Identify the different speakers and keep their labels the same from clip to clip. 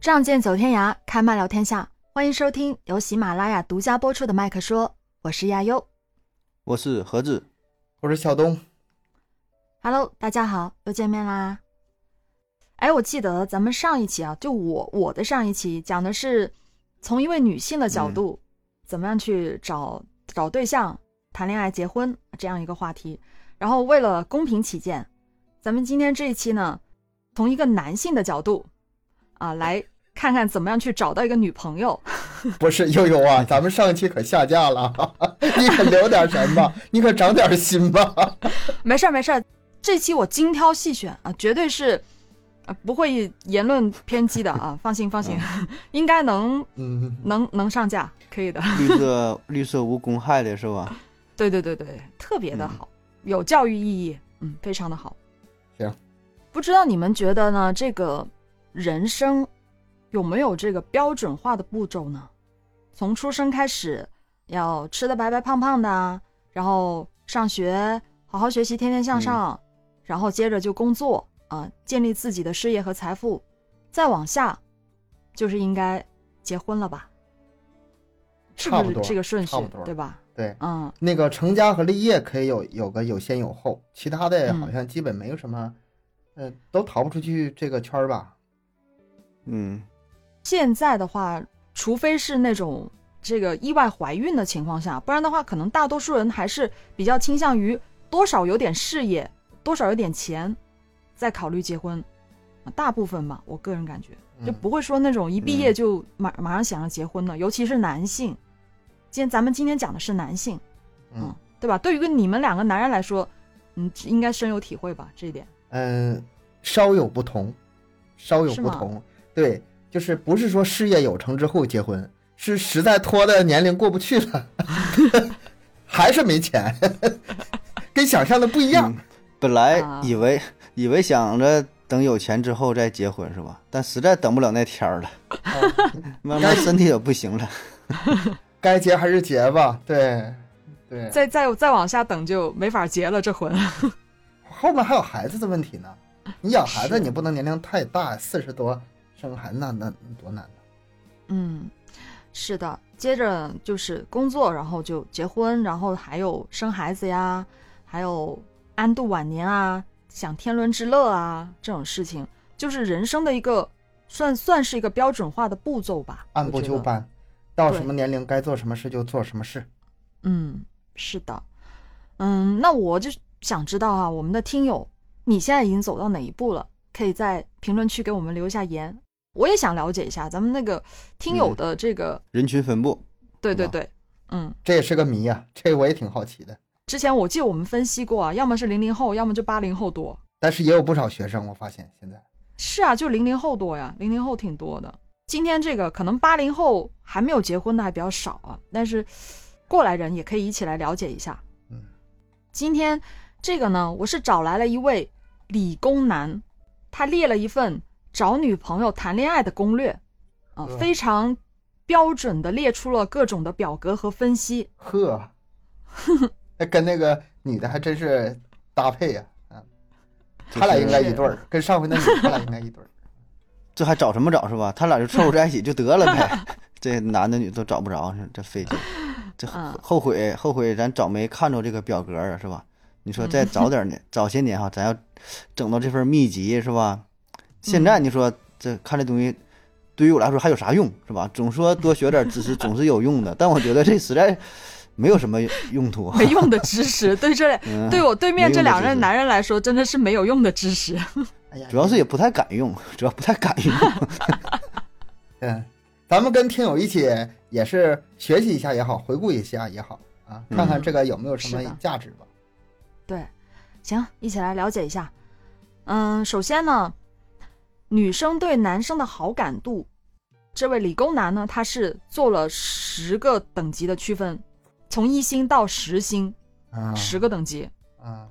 Speaker 1: 仗剑走天涯，开麦聊天下，欢迎收听由喜马拉雅独家播出的《麦克说》，我是亚优。
Speaker 2: 我是何志，
Speaker 3: 我是小东。
Speaker 1: Hello，大家好，又见面啦。哎，我记得咱们上一期啊，就我我的上一期讲的是从一位女性的角度，怎么样去找找对象、谈恋爱、结婚这样一个话题。然后为了公平起见，咱们今天这一期呢，从一个男性的角度啊，来看看怎么样去找到一个女朋友。
Speaker 3: 不是悠悠啊，咱们上一期可下架了 啊，你可留点什 么？你可长点心吧。
Speaker 1: 没事儿没事儿，这期我精挑细选啊，绝对是，呃，不会言论偏激的啊，放心放心， 应该能
Speaker 3: 嗯，
Speaker 1: 能能上架，可以的。
Speaker 2: 绿色 绿色无公害的是吧？
Speaker 1: 对对对对，特别的好，有教育意义，嗯，非常的好。
Speaker 3: 嗯行，
Speaker 1: 不知道你们觉得呢？这个人生有没有这个标准化的步骤呢？从出生开始，要吃的白白胖胖的啊，然后上学，好好学习，天天向
Speaker 3: 嗯
Speaker 1: 上，然后接着就工作啊、建立自己的事业和财富，再往下就是应该结婚了吧？是
Speaker 3: 差
Speaker 1: 不
Speaker 3: 不
Speaker 1: 是
Speaker 3: 多
Speaker 1: 这个顺序
Speaker 3: 差不多
Speaker 1: 对吧？
Speaker 3: 对，
Speaker 1: 嗯，
Speaker 3: 那个成家和立业可以有有个有先有后，其他的
Speaker 1: 嗯
Speaker 3: 好像基本没有什么，呃，都逃不出去这个圈儿吧。
Speaker 2: 嗯，
Speaker 1: 现在的话，除非是那种这个意外怀孕的情况下，不然的话，可能大多数人还是比较倾向于多少有点事业，多少有点钱，再考虑结婚。啊大部分吧，我个人感觉
Speaker 3: 嗯
Speaker 1: 就不会说那种一毕业就马、马上想要结婚的，尤其是男性。今天咱们今天讲的是男性，
Speaker 3: 嗯
Speaker 1: 对吧？对于你们两个男人来说，嗯，应该深有体会吧这一点。
Speaker 3: 嗯，稍有不同，稍有
Speaker 1: 是
Speaker 3: 不
Speaker 1: 吗
Speaker 3: 同。对，就是不是说事业有成之后结婚，是实在拖的年龄过不去 了，还是没钱， 跟想象的不一样。
Speaker 2: 本来
Speaker 1: 啊
Speaker 2: 以为、以为想着等有钱之后再结婚是吧？但实在等不了那天儿了，
Speaker 3: 啊
Speaker 2: 慢慢身体也不行了。
Speaker 3: 该结还是结吧，对，对，
Speaker 1: 再再再往下等就没法结了，这婚。
Speaker 3: 后面还有孩子的问题呢。你养孩子，
Speaker 1: 是
Speaker 3: 你不能年龄太大，四十多生孩子那那多难呢
Speaker 1: 嗯，是的。接着就是工作，然后就结婚，然后还有生孩子呀，还有安度晚年啊，享天伦之乐啊，这种事情就是人生的一个算算是一个标准化的步骤吧。
Speaker 3: 按
Speaker 1: 我
Speaker 3: 部
Speaker 1: 觉
Speaker 3: 就
Speaker 1: 得。
Speaker 3: 班，到
Speaker 1: 对
Speaker 3: 什么年龄该做什么事就做什么事。
Speaker 1: 嗯，是的。嗯，那我就想知道啊，我们的听友，你现在已经走到哪一步了？可以在评论区给我们留一下言。我也想了解一下咱们那个听友
Speaker 2: 嗯
Speaker 1: 的这个，
Speaker 2: 人群分布，
Speaker 1: 对对
Speaker 2: 好吧
Speaker 1: 对，嗯。
Speaker 3: 这也是个谜呀、啊这我也挺好奇的。
Speaker 1: 之前我记得我们分析过啊，要么是零零后，要么就八零后多。
Speaker 3: 但是也有不少学生，我发现现在
Speaker 1: 是啊，就零零后多呀，零零后挺多的。今天这个可能八零后还没有结婚的还比较少啊，但是过来人也可以一起来了解一下。
Speaker 3: 嗯，
Speaker 1: 今天这个呢，我是找来了一位理工男，他列了一份找女朋友谈恋爱的攻略，啊，
Speaker 3: 嗯
Speaker 1: 非常标准的列出了各种的表格和分析。
Speaker 3: 呵，那跟那个女的还真是搭配呀、啊，他俩应该一 对儿，跟上回那女的他俩应该一对儿。
Speaker 2: 这还找什么找是吧？他俩就凑合在一起就得了 呗。这男的女都找不着，这费劲，这
Speaker 1: 嗯
Speaker 2: 后悔后悔咱早没看着这个表格啊，是吧？你说
Speaker 1: 嗯
Speaker 2: 再早点呢， 早些年哈，咱要整到这份秘籍是吧？现在你
Speaker 1: 嗯
Speaker 2: 说这看这东西，对于我来说还有啥用是吧？总说多学点 知识总是有用的，但我觉得这实在没有什么 用途。
Speaker 1: 没用的知识，对这
Speaker 2: 嗯，
Speaker 1: 对我对面这两任
Speaker 2: 没用的知识
Speaker 1: 男人来说，真的是没有用的知识。
Speaker 3: 哎呀，
Speaker 2: 主要是也不太敢用， 主要不太敢用。
Speaker 3: 嗯，咱们跟听友一起也是学习一下也好，回顾一下也好啊，看看这个有没有什
Speaker 1: 是的
Speaker 3: 么价值吧。
Speaker 1: 对，行，一起来了解一下。嗯，首先呢，女生对男生的好感度，这位理工男呢，他是做了十个等级的区分，从一星到十星，
Speaker 3: 啊
Speaker 1: 十个等级。
Speaker 3: 啊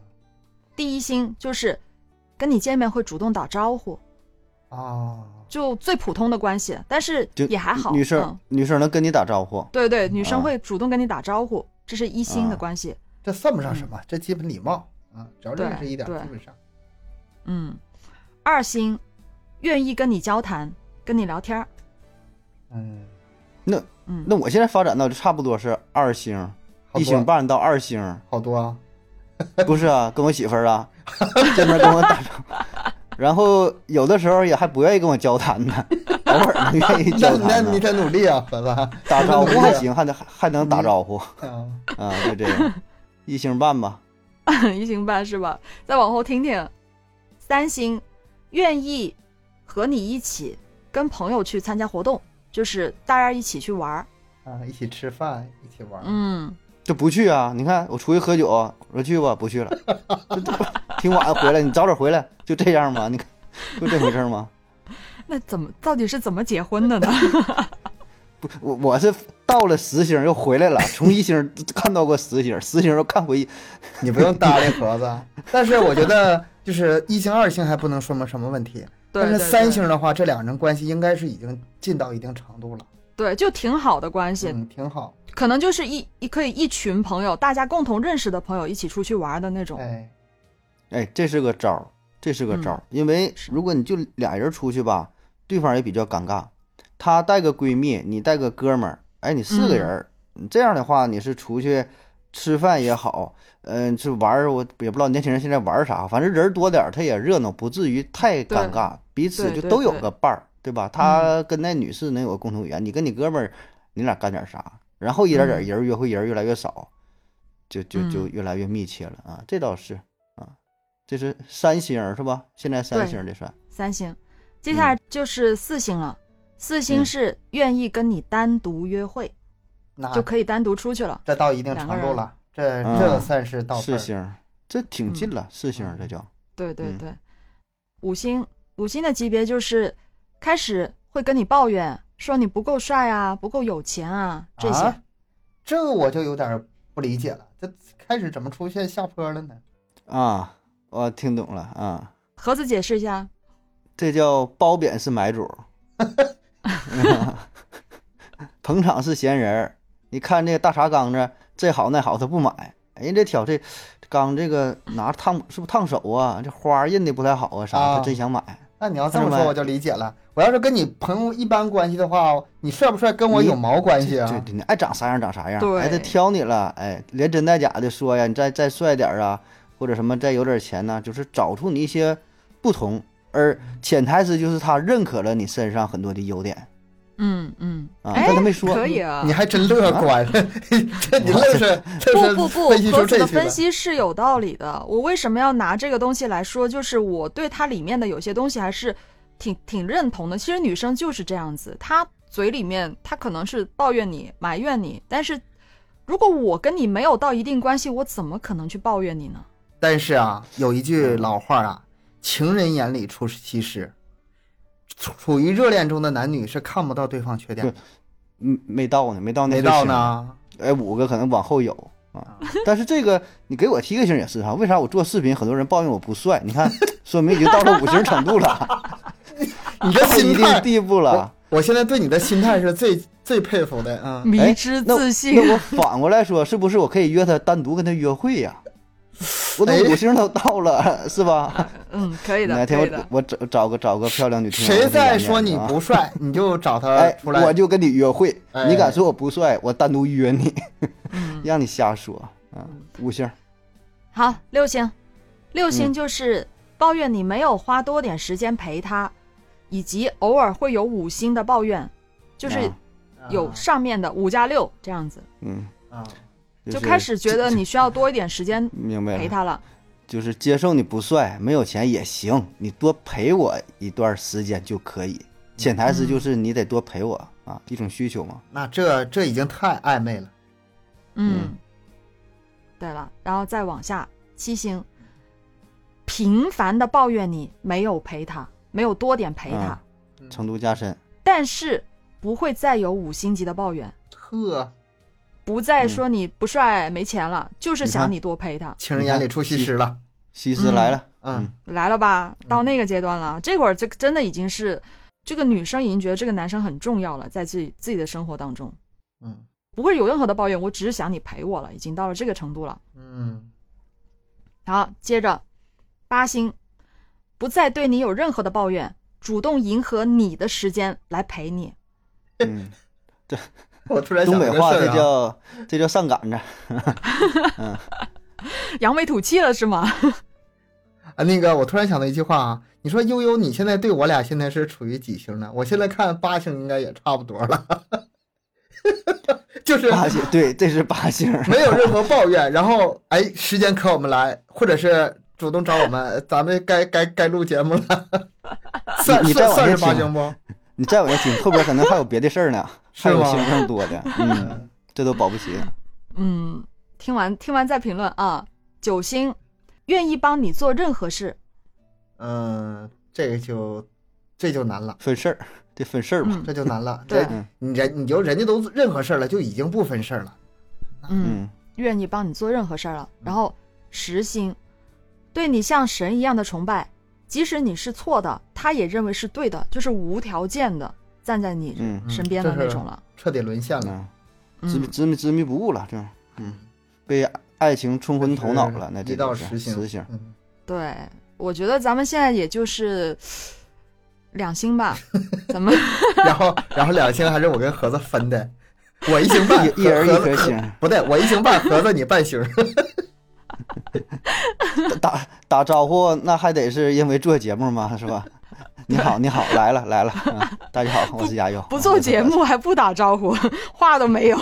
Speaker 1: 第一星就是跟你见面会主动打招呼，
Speaker 3: 啊！
Speaker 1: 就最普通的关系，但是
Speaker 2: 就
Speaker 1: 也还好。
Speaker 2: 女生、
Speaker 1: 嗯
Speaker 2: 女生能跟你打招呼，
Speaker 1: 对对，女生
Speaker 2: 啊
Speaker 1: 会主动跟你打招呼，这是一星的
Speaker 2: 啊
Speaker 1: 关系。
Speaker 3: 这算不上什么，这基本礼貌啊，只要认识一
Speaker 1: 嗯
Speaker 3: 点，
Speaker 1: 对
Speaker 3: 基
Speaker 1: 对
Speaker 3: 本上
Speaker 1: 嗯，二星愿意跟你交谈，跟你聊天儿。
Speaker 3: 嗯，
Speaker 1: 嗯，
Speaker 2: 那我现在发展到就差不多是二星、
Speaker 3: 好
Speaker 2: 一星
Speaker 3: 多
Speaker 2: 半到二星，
Speaker 3: 好多 啊，
Speaker 2: 不是啊，跟我媳妇儿啊，这边跟我打招呼，然后有的时候也还不愿意跟我交谈呢，偶尔能愿意
Speaker 3: 那
Speaker 2: 交
Speaker 3: 那
Speaker 2: 谈
Speaker 3: 你
Speaker 2: 呢，
Speaker 3: 得努力啊，粉 子。
Speaker 2: 打招呼还行，还能还能打招呼
Speaker 3: 嗯，
Speaker 2: 啊，就这 样，一星半吧，
Speaker 1: 一星半是吧？再往后听听，三星愿意和你一起跟朋友去参加活动，就是大家一起去玩儿。
Speaker 3: 啊，一起吃饭，一起玩儿。
Speaker 1: 嗯，
Speaker 2: 就不去啊！你看我出去喝酒，我说去吧，不去了， 这都挺晚了回来，你早点回来，就这样吗？你看，就这回事吗？
Speaker 1: 那怎么到底是怎么结婚的呢？
Speaker 2: 不，我我是到了十星又回来了，从一星看到过十星，十星又看回一，
Speaker 3: 你不用搭理 盒子。啊但是我觉得，就是一星、二星还不能说明什么问题，
Speaker 1: 对，
Speaker 3: 但是
Speaker 1: 对
Speaker 3: 三
Speaker 1: 对
Speaker 3: 星的话，这两个人关系应该是已经进到一定程度了，
Speaker 1: 对就挺好的关系，
Speaker 3: 嗯，挺好。
Speaker 1: 可能就是一一可以一群朋友，大家共同认识的朋友一起出去玩的那种。
Speaker 3: 哎，
Speaker 2: 哎，这是个招儿，这是个招
Speaker 1: 嗯
Speaker 2: 儿，因为如果你就俩人出去吧，对方也比较尴尬，她带个闺蜜，你带个哥们儿，哎，你四个人儿，
Speaker 1: 嗯
Speaker 2: 你这样的话你是出去吃饭也好，嗯、是玩儿，我也不知道年轻人现在玩儿啥，反正人多点儿，他也热闹，不至于太尴尬，彼此
Speaker 1: 对
Speaker 2: 就
Speaker 1: 对
Speaker 2: 都有
Speaker 1: 对嗯
Speaker 2: 个伴儿，对吧？他跟那女士能有个共同语言，你跟你哥们儿，你俩干点啥，然后一点点儿
Speaker 1: 嗯
Speaker 2: 人儿约会人儿越来越少，就就就
Speaker 1: 嗯
Speaker 2: 越来越密切了啊，这倒是啊，这是三星儿是吧？现在三
Speaker 1: 对
Speaker 2: 星儿这算，
Speaker 1: 三星，接下来
Speaker 3: 嗯
Speaker 1: 就是四星了。四星
Speaker 2: 嗯
Speaker 1: 是愿意跟你单独约会，
Speaker 2: 啊
Speaker 3: 那
Speaker 1: 就可以单独出去了。
Speaker 3: 这到一定程度了，这这
Speaker 2: 嗯
Speaker 3: 算是到
Speaker 2: 四
Speaker 3: 份儿嗯
Speaker 2: 星儿，这挺近了，四星儿这叫，
Speaker 1: 对对
Speaker 2: 嗯
Speaker 1: 对，五星五星的级别就是开始会跟你抱怨，说你不够帅啊，不够有钱啊这些。
Speaker 3: 啊这我就有点不理解了，这开始怎么出现下坡了呢？
Speaker 2: 啊，我听懂了啊，
Speaker 1: 盒子解释一下，
Speaker 2: 这叫褒贬是买主， 捧场是闲人儿。你看这个大茶缸子，这好那好他不买，人家挑这缸这个拿烫是不是烫手啊？这花儿印的不太好啊啥，
Speaker 3: 啊
Speaker 2: 他真想买。
Speaker 3: 那你要这么
Speaker 2: 是吧
Speaker 3: 说，我就理解了。我要是跟你朋友一般关系的话，你帅不帅跟我有毛关系
Speaker 2: 对
Speaker 3: 啊？
Speaker 2: 对，你爱长啥样长啥样，
Speaker 1: 对
Speaker 2: 哎，他挑你了，哎，连真带假的说呀，你再再帅点儿啊，或者什么再有点钱呐、就是找出你一些不同，而潜台词就是他认可了你身上很多的优点
Speaker 1: 嗯嗯，
Speaker 2: 啊，
Speaker 1: 哎
Speaker 2: 但他没说，
Speaker 1: 可以啊
Speaker 3: 你。还真乐观， 这你愣 是这
Speaker 1: 不
Speaker 3: 是
Speaker 1: 不不
Speaker 3: 分析，出
Speaker 1: 盒子
Speaker 3: 这
Speaker 1: 的
Speaker 3: 句了
Speaker 1: 分。析是有道理的。我为什么要拿这个东西来说？就是我对它里面的有些东西还是挺挺认同的。其实女生就是这样子，她嘴里面她可能是抱怨你、埋怨你，但是如果我跟你没有到一定关系，我怎么可能去抱怨你呢？
Speaker 3: 但是啊，有一句老话啊，情人眼里出西施。处处于热恋中的男女是看不到对方缺点的，
Speaker 2: 嗯，没到呢，没到那
Speaker 3: 没
Speaker 2: 岁
Speaker 3: 到
Speaker 2: 数
Speaker 3: 呢。
Speaker 2: 哎，五个可能往后有啊。但是这个你给我提个星也是哈，为啥我做视频很多人抱怨我不帅？你看，说明已经到了五星程度 了，
Speaker 3: 你这
Speaker 2: 到一
Speaker 3: 心
Speaker 2: 定
Speaker 3: 态，
Speaker 2: 地步了。
Speaker 3: 我现在对你的心态是最最佩服的啊！嗯
Speaker 1: 迷 之
Speaker 2: 哎那
Speaker 1: 自信，啊
Speaker 2: 那我反过来说，是不是我可以约他单独跟他约会呀、我都
Speaker 3: 哎
Speaker 2: 五星都到了，是吧？
Speaker 1: 嗯，可以
Speaker 2: 哪
Speaker 1: 的，
Speaker 2: 天
Speaker 1: 可
Speaker 2: 我
Speaker 1: 以的。
Speaker 2: 我找找个找个漂亮女听友
Speaker 3: 谁再
Speaker 2: 我就
Speaker 3: 说
Speaker 2: 演
Speaker 3: 你
Speaker 2: 演啊
Speaker 3: 不帅，你就找他
Speaker 2: 哎，
Speaker 3: 出来。
Speaker 2: 我就跟你约会。
Speaker 3: 哎
Speaker 2: 你敢说我不帅，我单独约你，
Speaker 1: 嗯，
Speaker 2: 让你瞎说啊！五星
Speaker 1: 好，六星，六星
Speaker 2: 嗯
Speaker 1: 就是抱怨你没有花多点时间陪他，以及偶尔会有五星的抱怨，就是。
Speaker 2: 啊
Speaker 1: 有上面的五加六这样子，
Speaker 2: 嗯，
Speaker 3: 啊，
Speaker 1: 就是开始觉得你需要多一点时间
Speaker 2: 明白
Speaker 1: 陪
Speaker 2: 了，
Speaker 1: 他了。
Speaker 2: 就是接受你不帅，没有钱也行，你多陪我一段时间就可以。潜台
Speaker 1: 嗯
Speaker 2: 词就是你得多陪我啊，一种需求嘛。
Speaker 3: 那这这已经太暧昧了。
Speaker 1: 嗯，对了，然后再往下七星，频繁的抱怨你没有陪他，没有多点陪他，
Speaker 2: 啊程度加深，
Speaker 1: 但是不会再有五星级的抱怨，
Speaker 3: 呵，
Speaker 1: 不再说你不帅、没钱了，就是
Speaker 2: 你
Speaker 1: 想嗯
Speaker 2: 看
Speaker 1: 你多陪他。
Speaker 3: 情人眼里出西施了。
Speaker 2: 西施来了，
Speaker 3: 嗯嗯，
Speaker 1: 来了吧，到那个阶段了，这会儿这个真的已经是这个女生已经觉得这个男生很重要了，在自己自己的生活当中。
Speaker 3: 嗯
Speaker 1: 不会有任何的抱怨，我只是想你陪我了，已经到了这个程度了。
Speaker 3: 嗯，
Speaker 1: 好，接着八星，不再对你有任何的抱怨，主动迎合你的时间来陪你。
Speaker 2: 嗯，
Speaker 3: 我突然想
Speaker 2: 东北
Speaker 3: 到
Speaker 2: 话
Speaker 3: 个事
Speaker 2: 这
Speaker 3: 儿啊
Speaker 2: 叫这叫上赶着，
Speaker 1: 扬眉吐气了是吗？
Speaker 3: 啊，那个我突然想到一句话啊，你说悠悠，你现在对我俩现在是处于几星呢？我现在看八星应该也差不多了， 就是
Speaker 2: 八星对，这是八星。
Speaker 3: 没有任何抱怨，然后哎，时间可我们来，或者是主动找我们，咱们该该该录节目 了，算
Speaker 2: 你再
Speaker 3: 算
Speaker 2: 往
Speaker 3: 算
Speaker 2: 下
Speaker 3: 是八
Speaker 2: 听
Speaker 3: 星不？
Speaker 2: 你再往下听，后边可能还有别的事儿呢，
Speaker 3: 是
Speaker 2: 还有
Speaker 3: 吗
Speaker 2: 星更多的，嗯，这都保不齐。
Speaker 1: 嗯，听完听完再评论啊。九星，愿意帮你做任何事。
Speaker 3: 嗯，这个就这就难了，
Speaker 2: 分事儿，得分事儿吧。
Speaker 1: 嗯
Speaker 3: 这就 难了。
Speaker 1: 对
Speaker 3: 这你人你就人家都任何事儿了，就已经不分事儿了。
Speaker 1: 嗯，
Speaker 2: 嗯，
Speaker 1: 愿意帮你做任何事儿了。然后十星，对你像神一样的崇拜，即使你是错的，他也认为是对的，就是无条件的站在你
Speaker 2: 嗯
Speaker 1: 身边的那种了。
Speaker 3: 彻底沦陷了。
Speaker 2: 嗯，执迷
Speaker 1: 嗯，
Speaker 2: 执迷执迷不悟了，这样，嗯，被爱情冲昏头脑了，那
Speaker 3: 嗯一
Speaker 2: 这
Speaker 3: 到
Speaker 2: 就
Speaker 3: 十
Speaker 2: 是
Speaker 3: 星，
Speaker 2: 实 星。
Speaker 3: 嗯
Speaker 1: 对，我觉得咱们现在也就是两星吧，咱们
Speaker 3: 然 后然后两星还是我跟盒子分的，我一星半，
Speaker 2: 一一人一
Speaker 3: 盒子
Speaker 2: 颗星
Speaker 3: 盒不对，我一星半，盒子你半星。
Speaker 2: 打打招呼那还得是因为做节目吗？是吧？ 你好，你好，来了来了，嗯大家好，我是亚优。
Speaker 1: 不
Speaker 2: 啊
Speaker 1: 做节，目还不打招呼， 话都没有。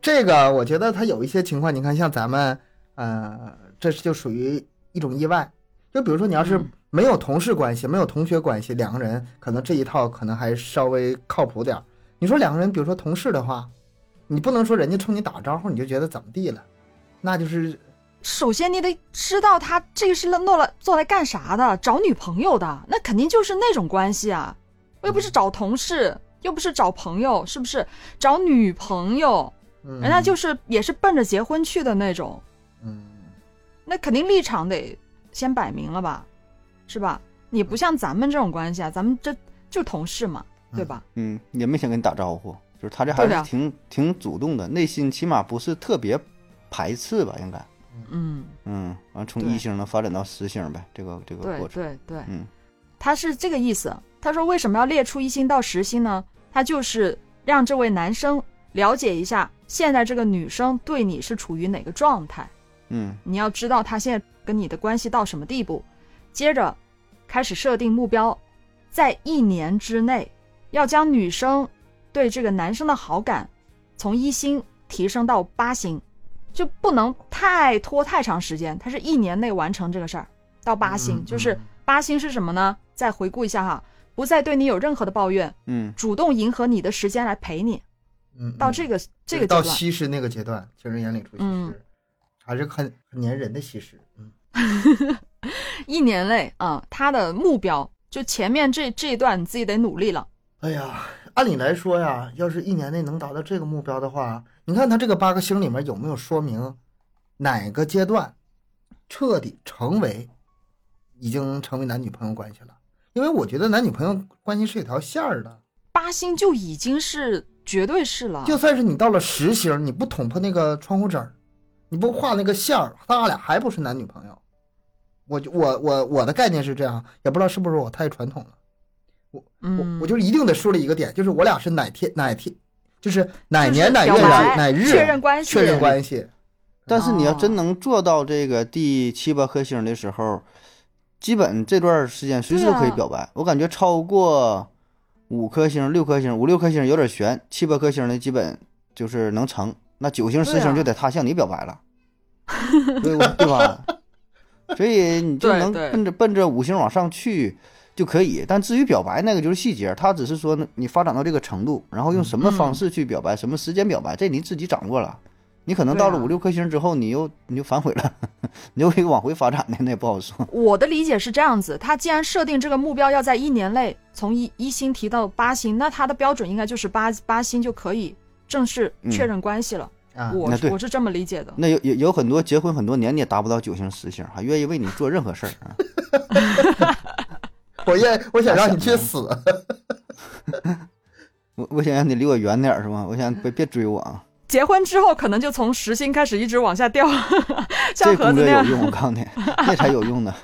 Speaker 3: 这个我觉得他有一些情况，你看像咱们，呃，这就属于一种意外。就比如说你要是
Speaker 1: 嗯
Speaker 3: 没有同事关系，没有同学关系，两个人可能这一套可能还稍微靠谱点儿。你说两个人，比如说同事的话，你不能说人家冲你打招呼你就觉得怎么地了，那就是
Speaker 1: 首先你得知道他这个是弄来做来干啥的，找女朋友的，那肯定就是那种关系啊，又不是找同事，又不是找朋友，是不是？找女朋友，
Speaker 3: 嗯
Speaker 1: 人家哎就是也是奔着结婚去的那种，
Speaker 3: 嗯。
Speaker 1: 那肯定立场得先摆明了吧，是吧？你不像咱们这种关系啊，咱们这就同事嘛，对吧？
Speaker 2: 嗯，也没想跟你打招呼，就是他这还
Speaker 1: 对啊的
Speaker 2: 是挺挺主动的，内心起码不是特别排斥吧，应该。
Speaker 1: 嗯，
Speaker 2: 嗯，完从
Speaker 1: 对
Speaker 2: 一星能发展到十星呗，这个这个
Speaker 1: 对
Speaker 2: 过程。
Speaker 1: 对对，
Speaker 2: 嗯
Speaker 1: 他是这个意思。他说为什么要列出一星到十星呢？他就是让这位男生了解一下现在这个女生对你是处于哪个状态，
Speaker 2: 嗯
Speaker 1: 你要知道她现在跟你的关系到什么地步，接着开始设定目标，在一年之内要将女生对这个男生的好感从一星提升到八星，就不能太拖太长时间，他是一年内完成这个事儿到八星，
Speaker 3: 嗯
Speaker 1: 就是
Speaker 3: 嗯
Speaker 1: 八星是什么呢？再回顾一下哈，不再对你有任何的抱怨，
Speaker 2: 嗯
Speaker 1: 主动迎合你的时间来陪你，
Speaker 3: 嗯，
Speaker 1: 到
Speaker 3: 嗯
Speaker 1: 这个、这个阶
Speaker 3: 就是到
Speaker 1: 段，
Speaker 3: 西施那个阶段，情人眼里出西施，
Speaker 1: 嗯
Speaker 3: 还是很很粘人的西施。嗯，
Speaker 1: 一年内啊、他的目标就前面这这一段你自己得努力了。
Speaker 3: 哎呀，按理来说呀，要是一年内能达到这个目标的话，你看他这个八个星里面有没有说明哪个阶段彻底成为已经成为男女朋友关系了？因为我觉得男女朋友关系是有条线儿的，
Speaker 1: 八星就已经是绝对是了，
Speaker 3: 就算是你到了十星，你不捅破那个窗户纸儿，你不画那个线儿，他俩还不是男女朋友。我就我我我的概念是这样，也不知道是不是我太传统了。
Speaker 1: 嗯
Speaker 3: 我我就是一定得说了一个点，就是我俩是哪天哪天，就是哪年哪月
Speaker 1: 表白
Speaker 3: 哪哪日
Speaker 1: 确认关系，
Speaker 3: 确认关系。
Speaker 2: 但是你要真
Speaker 1: 哦
Speaker 2: 能做到这个第七八颗星的时候，基本这段时间随时都可
Speaker 1: 对
Speaker 2: 以
Speaker 1: 啊
Speaker 2: 表白。我感觉超过五颗星、六颗星、五六颗星有点悬，七八颗星的基本就是能成。那九星、
Speaker 1: 对
Speaker 2: 十星
Speaker 1: 啊
Speaker 2: 就得他向你表白了，对吧对 吧？所以你就
Speaker 1: 对
Speaker 2: 能
Speaker 1: 对
Speaker 2: 奔着奔着五星往上去就可以。但至于表白那个就是细节，他只是说你发展到这个程度，然后
Speaker 1: 嗯
Speaker 2: 用什么方式去表白，什么时间表白，这你自己掌握了。你可能
Speaker 1: 对
Speaker 2: 到了
Speaker 1: 啊
Speaker 2: 五六颗星之后，你又你就反悔了， 你又可以往回发展的，那也不 好说。
Speaker 1: 我的理解是这样子，他既然设定这个目标要在一年内从一一星提到八星，那他的标准应该就是八八星就可以正式确认关系了。
Speaker 3: 嗯啊，
Speaker 1: 我
Speaker 2: 那对
Speaker 1: 我是这么理解的。
Speaker 2: 那有有有很多结婚很多年你也达不到九星十星，还愿意为你做任何事儿啊。
Speaker 3: 我愿我想让你去死。
Speaker 2: 我我想让你离我远点儿是吗？我想别别追我啊，
Speaker 1: 结婚之后可能就从十星开始一直往下掉， 像
Speaker 2: 这
Speaker 1: 盒
Speaker 2: 攻
Speaker 1: 子那
Speaker 2: 略有
Speaker 1: 样
Speaker 2: 用，我告诉你，那才有用呢。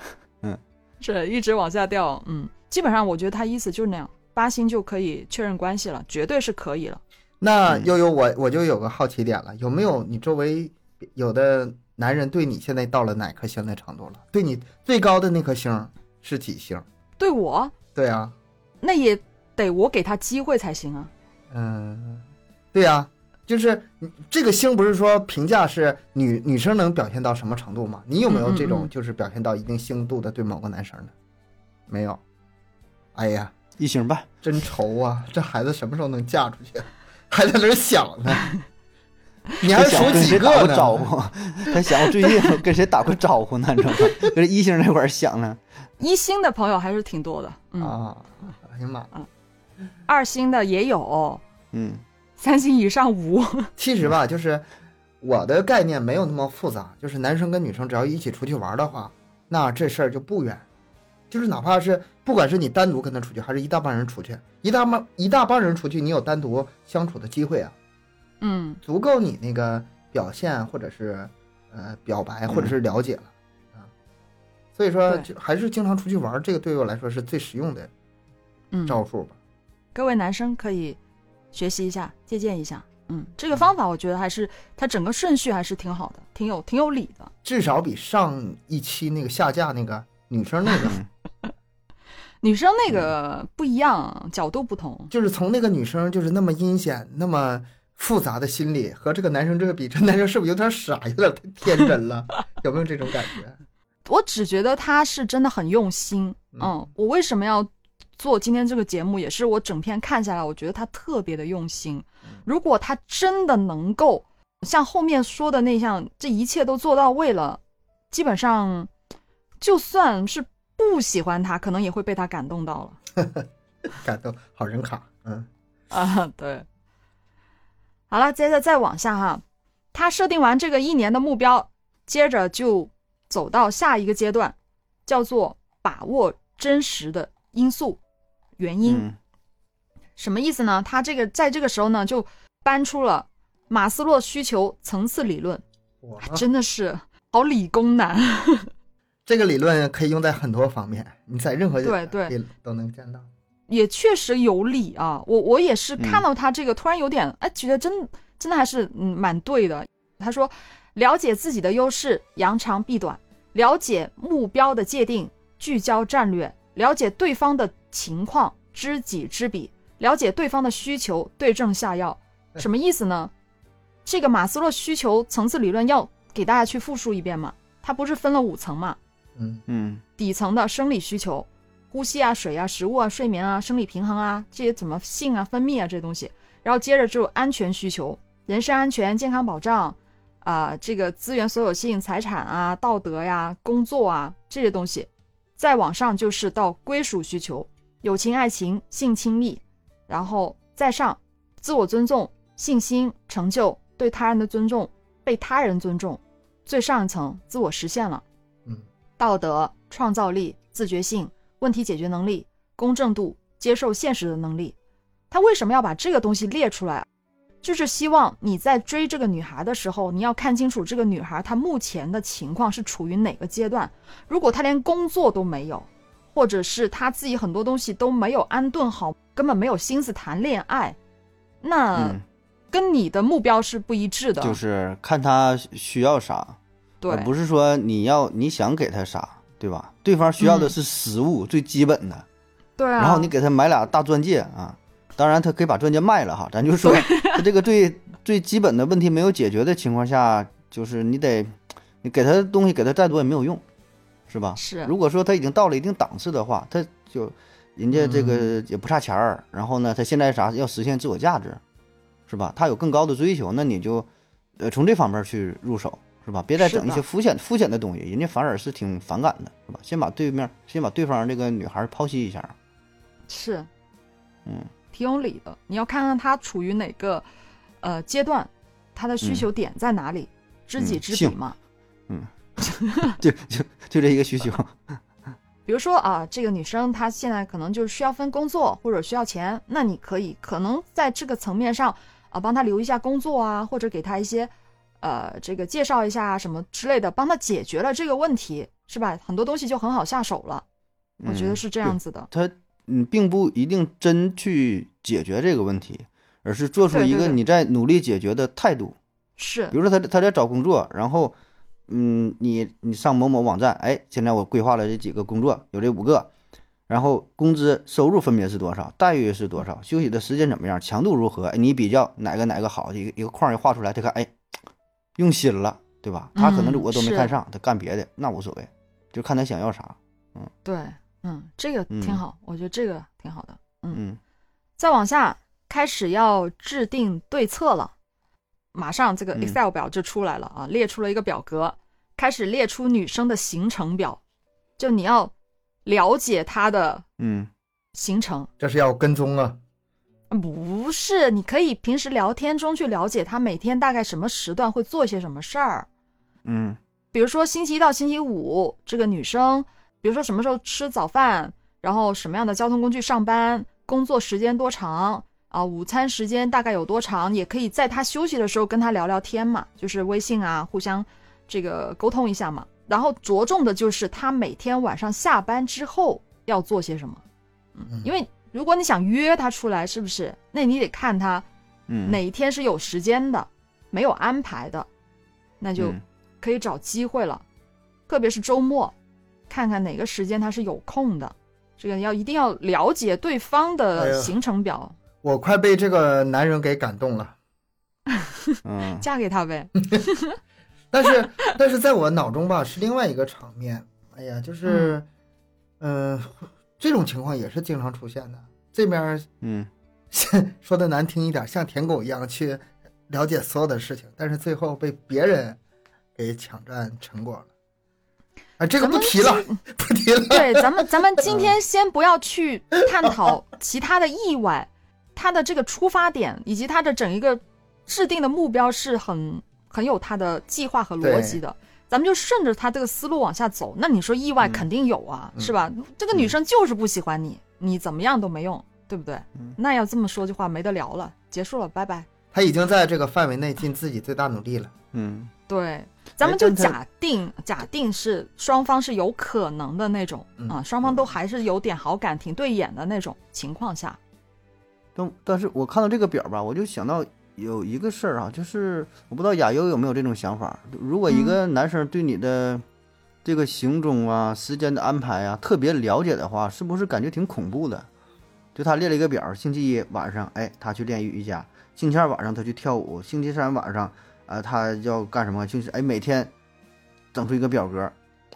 Speaker 1: 是一直往下掉。嗯，基本上我觉得他意思就是那样，八星就可以确认关系了，绝对是可以了。
Speaker 3: 那
Speaker 2: 嗯
Speaker 3: 悠悠，我我就有个好奇点了，有没有你周围有的男人对你现在到了哪颗星的程度了？对你最高的那颗星是几星？
Speaker 1: 对我，
Speaker 3: 对啊，
Speaker 1: 那也得我给他机会才行啊。
Speaker 3: 嗯，对呀、就是你这个星不是说评价是女女生能表现到什么程度吗？你有没有这
Speaker 1: 嗯嗯
Speaker 3: 种
Speaker 1: 嗯
Speaker 3: 就是表现到一定星度的对某个男生的？没有。哎呀，
Speaker 2: 一星半，
Speaker 3: 真愁啊！ 这孩子什么时候能嫁出去？ 还在那儿想 呢。你还
Speaker 2: 他想
Speaker 3: 数
Speaker 2: 跟
Speaker 3: 几
Speaker 2: 谁
Speaker 3: 个
Speaker 2: 打过
Speaker 3: 呢？
Speaker 2: 招呼？ 他想我最近我跟谁打过招呼呢？你知道吗？跟这一星这块儿想呢，
Speaker 1: 一星的朋友还是挺多的，嗯，
Speaker 3: 啊！哎呀妈，
Speaker 1: 二星的也有，
Speaker 2: 嗯
Speaker 1: 三星以上无。
Speaker 3: 其实吧，就是我的概念没有那么复杂，就是男生跟女生只要一起出去玩的话，那这事儿就不远。就是哪怕是不管是你单独跟他出去，还是一大帮人出去，一大帮一大帮人出去，你有单独相处的机会啊，
Speaker 1: 嗯，
Speaker 3: 足够你那个表现或者是呃表白或者是了解了、啊。所以说，
Speaker 1: 对
Speaker 3: 就还是经常出去玩，这个对我来说是最实用的
Speaker 1: 嗯
Speaker 3: 招数吧。
Speaker 1: 各位男生可以学习一下，借鉴一下。嗯，这个方法我觉得还是它整个顺序还是挺好的，挺有挺有理的。
Speaker 3: 至少比上一期那个下架那个女生那个
Speaker 2: 嗯，
Speaker 1: 女生那个不一样，角度不同。
Speaker 3: 就是从那个女生就是那么阴险、那么复杂的心理和这个男生这个比，这男生是不是有点傻，有点太天真 了？有没有这种感觉？
Speaker 1: 我只觉得他是真的很用心。
Speaker 3: 嗯
Speaker 1: 嗯，我为什么要做今天这个节目，也是我整篇看下来，我觉得他特别的用心。如果他真的能够像后面说的那样，这一切都做到位了，基本上就算是不喜欢他，可能也会被他感动到了。
Speaker 3: 感动，好人卡，嗯，
Speaker 1: 啊，对。好了，接着再往下哈，他设定完这个一年的目标，接着就走到下一个阶段，叫做把握真实的因素、原因。
Speaker 2: 嗯
Speaker 1: 什么意思呢？他这个在这个时候呢，就搬出了马斯洛需求层次理论，
Speaker 3: 哇，
Speaker 1: 真的是好理工男。
Speaker 3: 这个理论可以用在很多方面，你在任何
Speaker 1: 对对
Speaker 3: 地都能见到。
Speaker 1: 也确实有理啊，我我也是看到他这个，突然有点哎，觉得真真的还是嗯蛮对的。他说，了解自己的优势，扬长避短；了解目标的界定，聚焦战略；了解对方的情况，知己知彼；了解对方的需求，对症下药。什么意思呢？这个马斯洛需求层次理论要给大家去复述一遍嘛？它不是分了五层嘛？
Speaker 3: 嗯，
Speaker 2: 嗯
Speaker 1: 底层的生理需求，呼吸啊、水啊、食物啊、睡眠啊、生理平衡啊，这些怎么性啊、分泌啊这些东西。然后接着就安全需求，人身安全、健康保障，啊、这个资源所有性、财产啊、道德呀、工作啊这些东西。再往上就是到归属需求，友情、爱情、性亲密，然后再上自我尊重、信心、成就、对他人的尊重、被他人尊重，最上一层自我实现了。
Speaker 3: 嗯，
Speaker 1: 道德、创造力、自觉性、问题解决能力、公正度、接受现实的能力。他为什么要把这个东西列出来？啊就是希望你在追这个女孩的时候，你要看清楚这个女孩她目前的情况是处于哪个阶段。如果她连工作都没有，或者是她自己很多东西都没有安顿好，根本没有心思谈恋爱，那
Speaker 2: 嗯，
Speaker 1: 跟你的目标是不一致的。
Speaker 2: 就是看他需要啥，
Speaker 1: 对
Speaker 2: 而，不是说你要你想给他啥，对吧？对方需要的是食物，最基本的，
Speaker 1: 嗯对啊。
Speaker 2: 然后你给他买俩大钻戒啊，当然他可以把钻戒卖了哈，咱就说他这个最最基本的问题没有解决的情况下，就是你得你给他的东西给他再多也没有用，是吧？
Speaker 1: 是
Speaker 2: 如果说他已经到了一定档次的话，他就人家这
Speaker 1: 嗯
Speaker 2: 个也不差钱儿，然后呢，他现在啥要实现自我价值，是吧？他有更高的追求，那你就呃从这方面去入手，是吧？别再
Speaker 1: 是
Speaker 2: 整一
Speaker 1: 的
Speaker 2: 些肤浅肤浅的东西，人家反而是挺反感的，是吧？先把对面先把对方这个女孩剖析 一下，
Speaker 1: 是，
Speaker 2: 嗯，
Speaker 1: 挺有理的。你要看看他处于哪个呃阶段，他的需
Speaker 2: 嗯
Speaker 1: 求点在哪里，知己
Speaker 2: 嗯
Speaker 1: 知彼
Speaker 2: 性
Speaker 1: 嘛。
Speaker 2: 就就就这一个需求，
Speaker 1: 比如说啊，这个女生她现在可能就是需要分工作或者需要钱，那你可以可能在这个层面上啊，帮她留一下工作啊，或者给她一些呃这个介绍一下啊什么之类的，帮她解决了这个问题，是吧？很多东西就很好下手了。我觉得
Speaker 2: 嗯
Speaker 1: 是这样子的。
Speaker 2: 它你嗯并不一定真去解决这个问题，而是做出
Speaker 1: 对
Speaker 2: 一
Speaker 1: 对
Speaker 2: 个
Speaker 1: 对
Speaker 2: 你在努力解决的态度。
Speaker 1: 是
Speaker 2: 比，如说他他在找工作，然后嗯，你你上某某网站，哎，现在我规划了这几个工作，有这五个，然后工资收入分别是多少，待遇是多少，休息的时间怎么样，强度如何，哎，你比较哪个哪个好，一个一个框儿一画出来，他看哎，用心了，对吧？他可能
Speaker 1: 嗯
Speaker 2: 这五个都没
Speaker 1: 是
Speaker 2: 看上，他干别的那无所谓，就看他想要啥。
Speaker 1: 对，嗯，这个挺
Speaker 2: 嗯
Speaker 1: 好，我觉得这个挺好的。
Speaker 2: 嗯
Speaker 1: 再往下，开始要制定对策了。马上这个
Speaker 2: 嗯
Speaker 1: Excel 表就出来了啊，列出了一个表格，开始列出女生的行程表，就你要了解她的
Speaker 2: 嗯
Speaker 1: 行程，嗯
Speaker 3: 这是要跟踪啊，
Speaker 1: 不是你可以平时聊天中去了解她每天大概什么时段会做些什么事儿，
Speaker 2: 嗯
Speaker 1: 比如说星期一到星期五，这个女生，比如说什么时候吃早饭，然后什么样的交通工具上班，工作时间多长啊，午餐时间大概有多长，也可以在她休息的时候跟她聊聊天嘛，就是微信啊，互相这个沟通一下嘛。然后着重的就是她每天晚上下班之后要做些什么，嗯
Speaker 3: 嗯，
Speaker 1: 因为如果你想约她出来，是不是？那你得看她
Speaker 2: 嗯，
Speaker 1: 哪一天是有时间的，没有安排的，那就
Speaker 2: 嗯
Speaker 1: 可以找机会了，特别是周末，看看哪个时间他是有空的。这个要一定要了解对方
Speaker 3: 哎
Speaker 1: 的
Speaker 3: 呀
Speaker 1: 行程表，
Speaker 3: 我快被这个男人给感动了。
Speaker 2: 嗯
Speaker 1: 嫁给他呗。
Speaker 3: 但 是，但是在我脑中吧，是另外一个场面。哎呀，就是，嗯、这种情况也是经常出现的。这面儿
Speaker 2: 嗯
Speaker 3: 说的难听一点，像舔狗一样去了解所有的事情，但是最后被别人给抢占成果了。啊，这个
Speaker 1: 咱
Speaker 3: 不
Speaker 1: 们
Speaker 3: 提了，不提了。
Speaker 1: 对，咱们 咱们今天先不要去探讨其他的意外，他的这个出发点以及他的整一个制定的目标是很很有他的计划和逻辑的。咱们就顺着他这个思路往下走，那你说意外
Speaker 2: 嗯
Speaker 1: 肯定有啊，
Speaker 3: 嗯
Speaker 1: 是吧？这个女生就是不喜欢你，你怎么样都没用，对不对？
Speaker 2: 嗯
Speaker 1: 那要这么说的话，没得聊了，结束了，拜拜。
Speaker 3: 他已经在这个范围内尽自己最大努力了。
Speaker 2: 嗯
Speaker 1: 对，咱们
Speaker 3: 哎
Speaker 1: 就
Speaker 3: 但他
Speaker 1: 假定假定是双方是有可能的那种、
Speaker 3: 嗯
Speaker 1: 啊，双方都还是有点好感、挺对眼的那种情况下，
Speaker 2: 但但是我看到这个表吧，我就想到有一个事儿啊，就是我不知道亚优有没有这种想法。如果一个男生对你的这个行踪啊、时间的安排啊特别了解的话，是不是感觉挺恐怖的？就他列了一个表，星期一晚上，哎，他去练瑜伽；星期二晚上他去跳舞；星期三晚上，啊、他要干什么？就是哎，每天整出一个表格，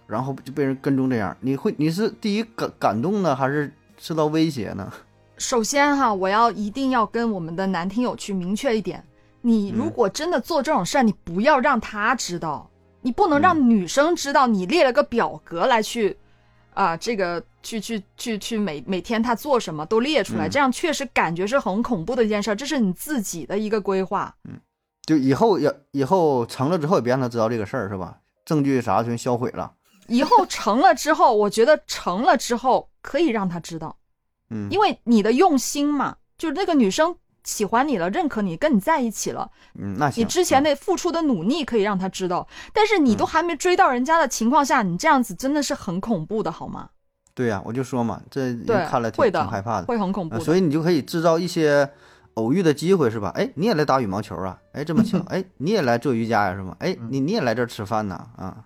Speaker 2: 然后就被人跟踪这样，你会你是第一感感动呢，还是受到威胁呢？
Speaker 1: 首先哈，我要一定要跟我们的男听友去明确一点，你
Speaker 3: 嗯
Speaker 1: 如果真的做这种事儿，你不要让他知道，你不能
Speaker 3: 嗯
Speaker 1: 让女生知道你列了个表格来去，啊、这个去去去去每每天他做什么都列出来，
Speaker 2: 嗯
Speaker 1: 这样确实感觉是很恐怖的一件事儿，这是你自己的一个规划。
Speaker 2: 就以后也以后成了之后也别让他知道这个事儿是吧？证据啥全销毁了，
Speaker 1: 以后成了之后，我觉得成了之后可以让他知道，
Speaker 2: 嗯，
Speaker 1: 因为你的用心嘛，就是那个女生喜欢你了，认可你，跟你在一起了。
Speaker 2: 嗯嗯那行，
Speaker 1: 你之前
Speaker 2: 那
Speaker 1: 那付出的努力可以让他知道，但是你都还没追到人家的情况下，你这样子真的是很恐怖的，好吗？
Speaker 2: 对呀、我就说嘛，这人
Speaker 1: 对
Speaker 2: 看了挺
Speaker 1: 会的
Speaker 2: 挺害怕的，
Speaker 1: 会很恐
Speaker 2: 呃
Speaker 1: 怖
Speaker 2: 所
Speaker 1: 的。
Speaker 2: 以你就可以制造一些偶遇的机会是吧？哎，你也来打羽毛球啊？哎，这 么巧，哎，你也来做瑜伽呀、是吗？
Speaker 3: 嗯
Speaker 2: 哎，你你也来这儿吃饭呐啊？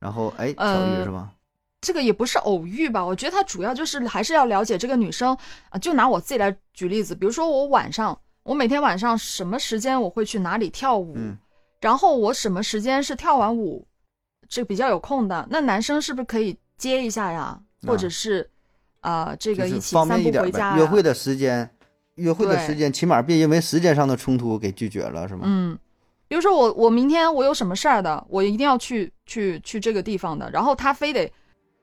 Speaker 2: 然后哎，巧遇
Speaker 1: 呃
Speaker 2: 是吧？
Speaker 1: 这个也不是偶遇吧？我觉得他主要就是还是要了解这个女生啊。就拿我自己来举例子，比如说我晚上，我每天晚上什么时间我会去哪里跳舞，
Speaker 2: 嗯
Speaker 1: 然后我什么时间是跳完舞，这比较有空的，那男生是不是可以接一下呀？或者是，呃，这
Speaker 2: 啊就
Speaker 1: 个
Speaker 2: 是
Speaker 1: 一起
Speaker 2: 方
Speaker 1: 散
Speaker 2: 便
Speaker 1: 步
Speaker 2: 一点
Speaker 1: 回家、呀？
Speaker 2: 呗。约会的时间，约会的
Speaker 1: 对
Speaker 2: 时间，起码别因为时间上的冲突给拒绝了是吗？
Speaker 1: 嗯，比如说我我明天我有什么事儿的，我一定要去去去这个地方的，然后他非得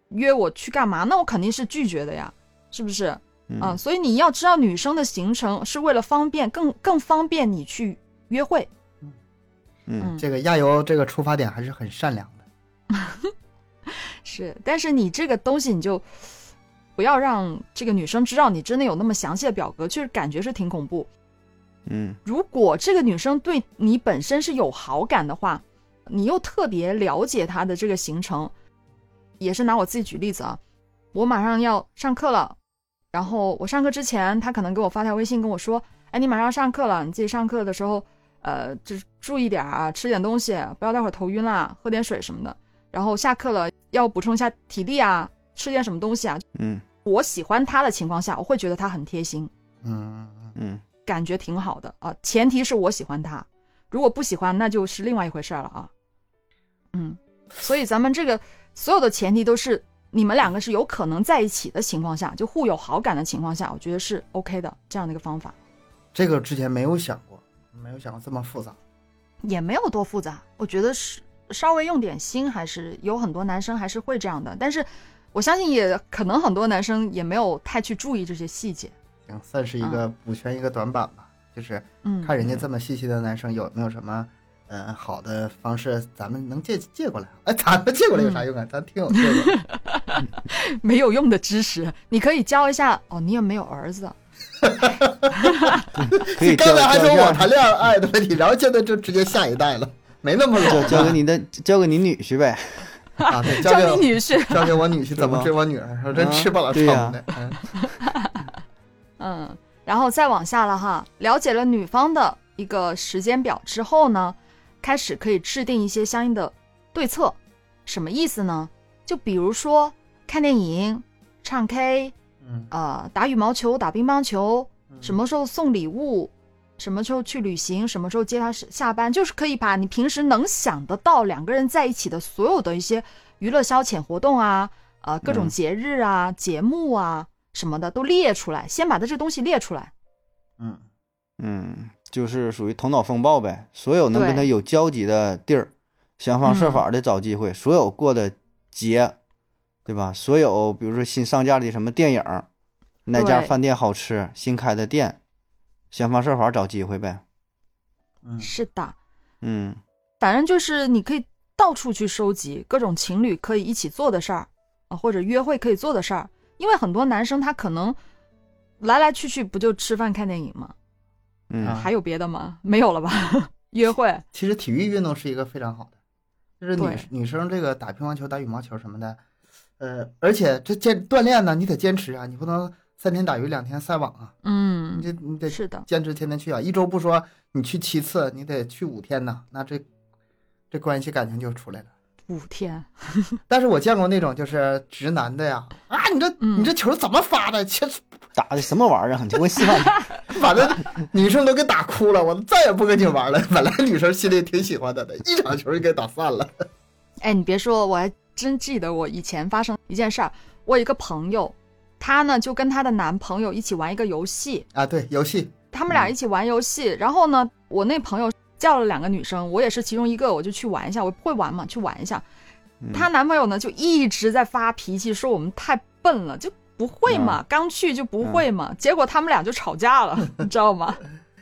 Speaker 1: 约我去干嘛，那我肯定是拒绝的呀，是不是？
Speaker 2: 嗯
Speaker 1: 啊，所以你要知道女生的行程是为了方便更更方便你去约会。
Speaker 2: 嗯
Speaker 1: 嗯，
Speaker 3: 这个亚游这个出发点还是很善良的。
Speaker 1: 是，但是你这个东西你就不要让这个女生知道你真的有那么详细的表格，就是感觉是挺恐怖。
Speaker 2: 嗯
Speaker 1: 如果这个女生对你本身是有好感的话，你又特别了解她的这个行程，也是拿我自己举例子啊，我马上要上课了，然后我上课之前，他可能给我发条微信跟我说，哎，你马上要上课了，你自己上课的时候，呃，就是注意点儿啊，吃点东西，不要待会儿头晕啦，喝点水什么的。然后下课了要补充一下体力啊，吃点什么东西啊。
Speaker 2: 嗯
Speaker 1: 我喜欢他的情况下，我会觉得他很贴心，
Speaker 3: 嗯，
Speaker 2: 嗯
Speaker 1: 感觉挺好的啊。前提是我喜欢他，如果不喜欢，那就是另外一回事儿了啊。嗯，所以咱们这个所有的前提都是你们两个是有可能在一起的情况下，就互有好感的情况下，我觉得是 OK 的这样的一个方法，
Speaker 3: 这个之前没有想过，没有想过这么复杂。
Speaker 1: 也没有多复杂。我觉得是稍微用点心，还是有很多男生还是会这样的，但是我相信也可能很多男生也没有太去注意这些细节。
Speaker 3: 行，算是一个补全一个短板吧，就是
Speaker 1: 嗯，
Speaker 3: 看人家这么细心的男生有没有什么。嗯，好的方式，咱们能借借过来。哎，咱们借过来有啥用啊？咱听友借过来，
Speaker 1: 没有用的知识，你可以教一下哦。你也没有儿子，
Speaker 2: 可以
Speaker 3: 刚才还说
Speaker 2: 教
Speaker 3: 我谈恋爱的问题，然后现在就直接下一代了，没那 么老
Speaker 2: 教教
Speaker 3: 啊
Speaker 2: 给你的交给你女婿呗，
Speaker 3: 啊，对，交
Speaker 1: 教
Speaker 3: 给我
Speaker 1: 你女婿。
Speaker 3: 交给我女婿怎
Speaker 2: 对
Speaker 3: 么
Speaker 2: 吧
Speaker 3: 追我女儿，我真
Speaker 2: 啊
Speaker 3: 吃饱了
Speaker 2: 对
Speaker 3: 撑
Speaker 2: 呀
Speaker 3: 的。 嗯
Speaker 1: 嗯，然后再往下了哈，了解了女方的一个时间表之后呢，开始可以制定一些相应的对策。什么意思呢？就比如说看电影、唱 K、
Speaker 3: 嗯，
Speaker 1: 呃打羽毛球、打乒乓球，
Speaker 3: 嗯
Speaker 1: 什么时候送礼物，什么时候去旅行，什么时候接他下班，就是可以把你平时能想得到两个人在一起的所有的一些娱乐消遣活动啊，呃，各种
Speaker 2: 嗯
Speaker 1: 节日啊、节目啊什么的都列出来，先把它这东西列出来。
Speaker 3: 嗯，
Speaker 2: 嗯，就是属于头脑风暴呗。所有能跟他
Speaker 1: 对
Speaker 2: 有交集的地儿，想方设法的找机会，所有过的节，对吧？所有比如说新上架的什么电影儿，哪家
Speaker 1: 对
Speaker 2: 饭店好吃，新开的店，想方设法找机会呗。
Speaker 3: 嗯
Speaker 1: 是的，
Speaker 2: 嗯
Speaker 1: 反正就是你可以到处去收集各种情侣可以一起做的事儿啊，或者约会可以做的事儿，因为很多男生他可能来来去去不就吃饭看电影吗？
Speaker 2: 嗯，
Speaker 3: 啊
Speaker 1: 还有别的吗？没有了吧？ 约会，
Speaker 3: 其实体育运动是一个非常好的，就是
Speaker 1: 对
Speaker 3: 女女生这个打乒乓球、打羽毛球什么的，呃，而且这坚锻炼呢，你得坚持啊，你不能三天打鱼两天晒网啊，你
Speaker 1: 嗯，
Speaker 3: 这你得
Speaker 1: 是的，
Speaker 3: 坚持天天去啊，一周不说你去七次，你得去五天呐，那这这关系感情就出来了。
Speaker 1: 五天，
Speaker 3: 但是我见过那种就是直男的呀，啊，你这
Speaker 1: 嗯
Speaker 3: 你这球怎么发的？切，
Speaker 2: 打的什么玩意儿啊？你给我稀罕点
Speaker 3: 把那女生都给打哭了，我再也不跟你玩了。 本来女生心里挺喜欢他的，一场球就给打散了。
Speaker 1: 哎，你别说，我还真记得我以前发生一件事儿。我有一个朋友，她呢就跟她的男朋友一起玩一个游戏，
Speaker 3: 啊，对，游戏，
Speaker 1: 他们俩一起玩游戏。然后呢，我那朋友叫了两个女生，我也是其中一个，我就去玩一下，我会玩嘛，去玩一下。
Speaker 2: 嗯
Speaker 1: 她男朋友呢就一直在发脾气，说我们太笨了，就不会嘛，刚去就不会嘛。结果他们俩就吵架了，你知道吗？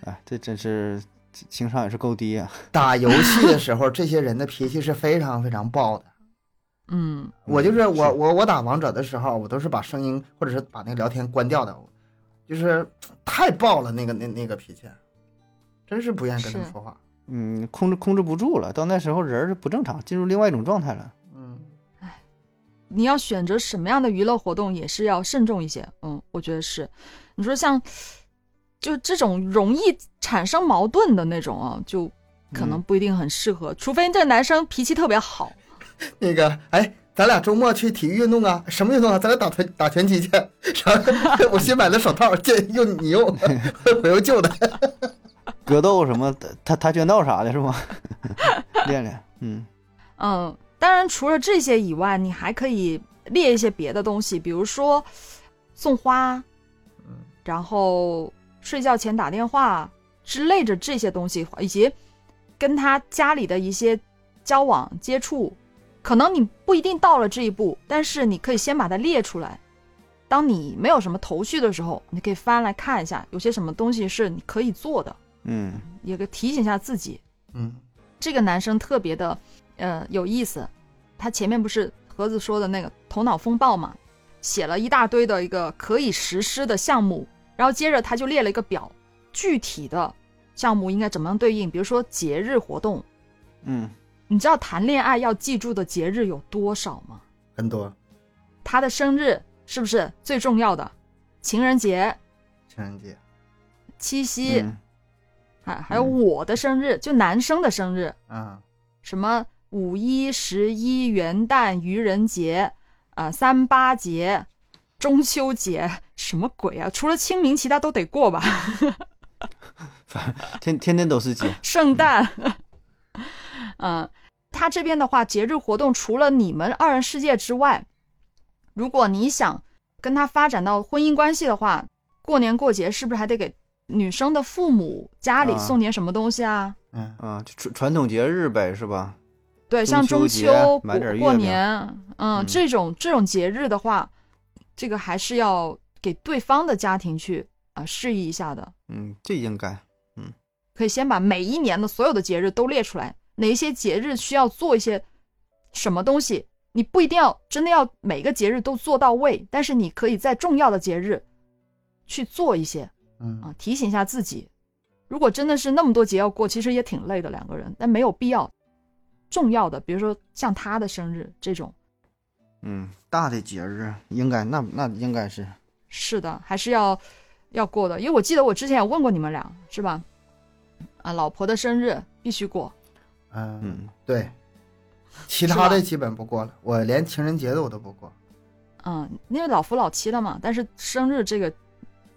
Speaker 2: 哎，这真是情商也是够低啊。
Speaker 3: 打游戏的时候，这些人的脾气是非常非常暴的。
Speaker 1: 嗯
Speaker 3: 我就是
Speaker 2: 嗯
Speaker 3: 我我我打王者的时候，我都是把声音或者是把那个聊天关掉的，就是太暴了，那个那那个脾气，真是不愿意跟他们
Speaker 1: 是
Speaker 3: 说话。
Speaker 2: 嗯，控制控制不住了，到那时候人儿就不正常，进入另外一种状态了。
Speaker 3: 嗯，
Speaker 1: 你要选择什么样的娱乐活动，也是要慎重一些。嗯，我觉得是。你说像，就这种容易产生矛盾的那种啊，就可能不一定很适合，除非这个男生脾气特别好。
Speaker 3: 那个，哎，咱俩周末去体育运动啊？什么运动啊？咱俩打拳打拳击去。然后我新买的手套，借用你用，我又旧的。
Speaker 2: 格斗什么的，跆跆拳道啥的，是吗？ 练练，嗯
Speaker 1: 嗯，当然除了这些以外，你还可以列一些别的东西，比如说送花，然后睡觉前打电话之类的这些东西，以及跟他家里的一些交往接触，可能你不一定到了这一步，但是你可以先把它列出来。当你没有什么头绪的时候，你可以翻来看一下，有些什么东西是你可以做的，
Speaker 2: 嗯
Speaker 1: 也给提醒一下自己。
Speaker 3: 嗯，
Speaker 1: 这个男生特别的，呃，有意思。他前面不是盒子说的那个头脑风暴嘛，写了一大堆的一个可以实施的项目，然后接着他就列了一个表，具体的项目应该怎么样对应，比如说节日活动。
Speaker 2: 嗯，
Speaker 1: 你知道谈恋爱要记住的节日有多少吗？
Speaker 3: 很多。
Speaker 1: 他的生日、是不是最重要的？情人节、
Speaker 3: 情人节，
Speaker 1: 七夕，
Speaker 2: 嗯
Speaker 1: 还、还有
Speaker 2: 嗯
Speaker 1: 我的生日，就男生的生日，
Speaker 3: 嗯，
Speaker 1: 什么五一、十一、元旦、愚人节，啊、三八节、中秋节，什么鬼啊？除了清明，其他都得过吧？
Speaker 2: 天天天都是节，
Speaker 1: 圣诞， 嗯，他这边的话，节日活动除了你们二人世界之外，如果你想跟他发展到婚姻关系的话，过年过节是不是还得给女生的父母家里
Speaker 2: 啊
Speaker 1: 送点什么东西啊？
Speaker 3: 嗯，
Speaker 2: 啊，就传传统节日呗，是吧？
Speaker 1: 对，像中
Speaker 2: 中秋
Speaker 1: 秋
Speaker 2: 节、
Speaker 1: 过
Speaker 2: 买点月
Speaker 1: 过
Speaker 2: 饼
Speaker 1: 年，嗯，
Speaker 2: 嗯
Speaker 1: 这种这种节日的话，这个还是要给对方的家庭去啊、示意一下的。
Speaker 2: 嗯，这应该
Speaker 1: 可以先把每一年的所有的节日都列出来，哪一些节日需要做一些什么东西。你不一定要真的要每个节日都做到位，但是你可以在重要的节日去做一些
Speaker 3: 嗯，
Speaker 1: 啊，提醒一下自己。如果真的是那么多节要过，其实也挺累的，两个人，但没有必要。重要的，比如说像他的生日这种，
Speaker 2: 嗯，大的节日应该那那应该是
Speaker 1: 是的，还是要要过的。因为我记得我之前也问过你们俩，是吧？啊，老婆的生日必须过，
Speaker 3: 嗯
Speaker 2: 嗯，
Speaker 3: 对，其
Speaker 1: 是
Speaker 3: 他
Speaker 1: 吧
Speaker 3: 的基本不过了，我连情人节的我都不过。
Speaker 1: 嗯，因为老夫老妻了嘛，但是生日这个，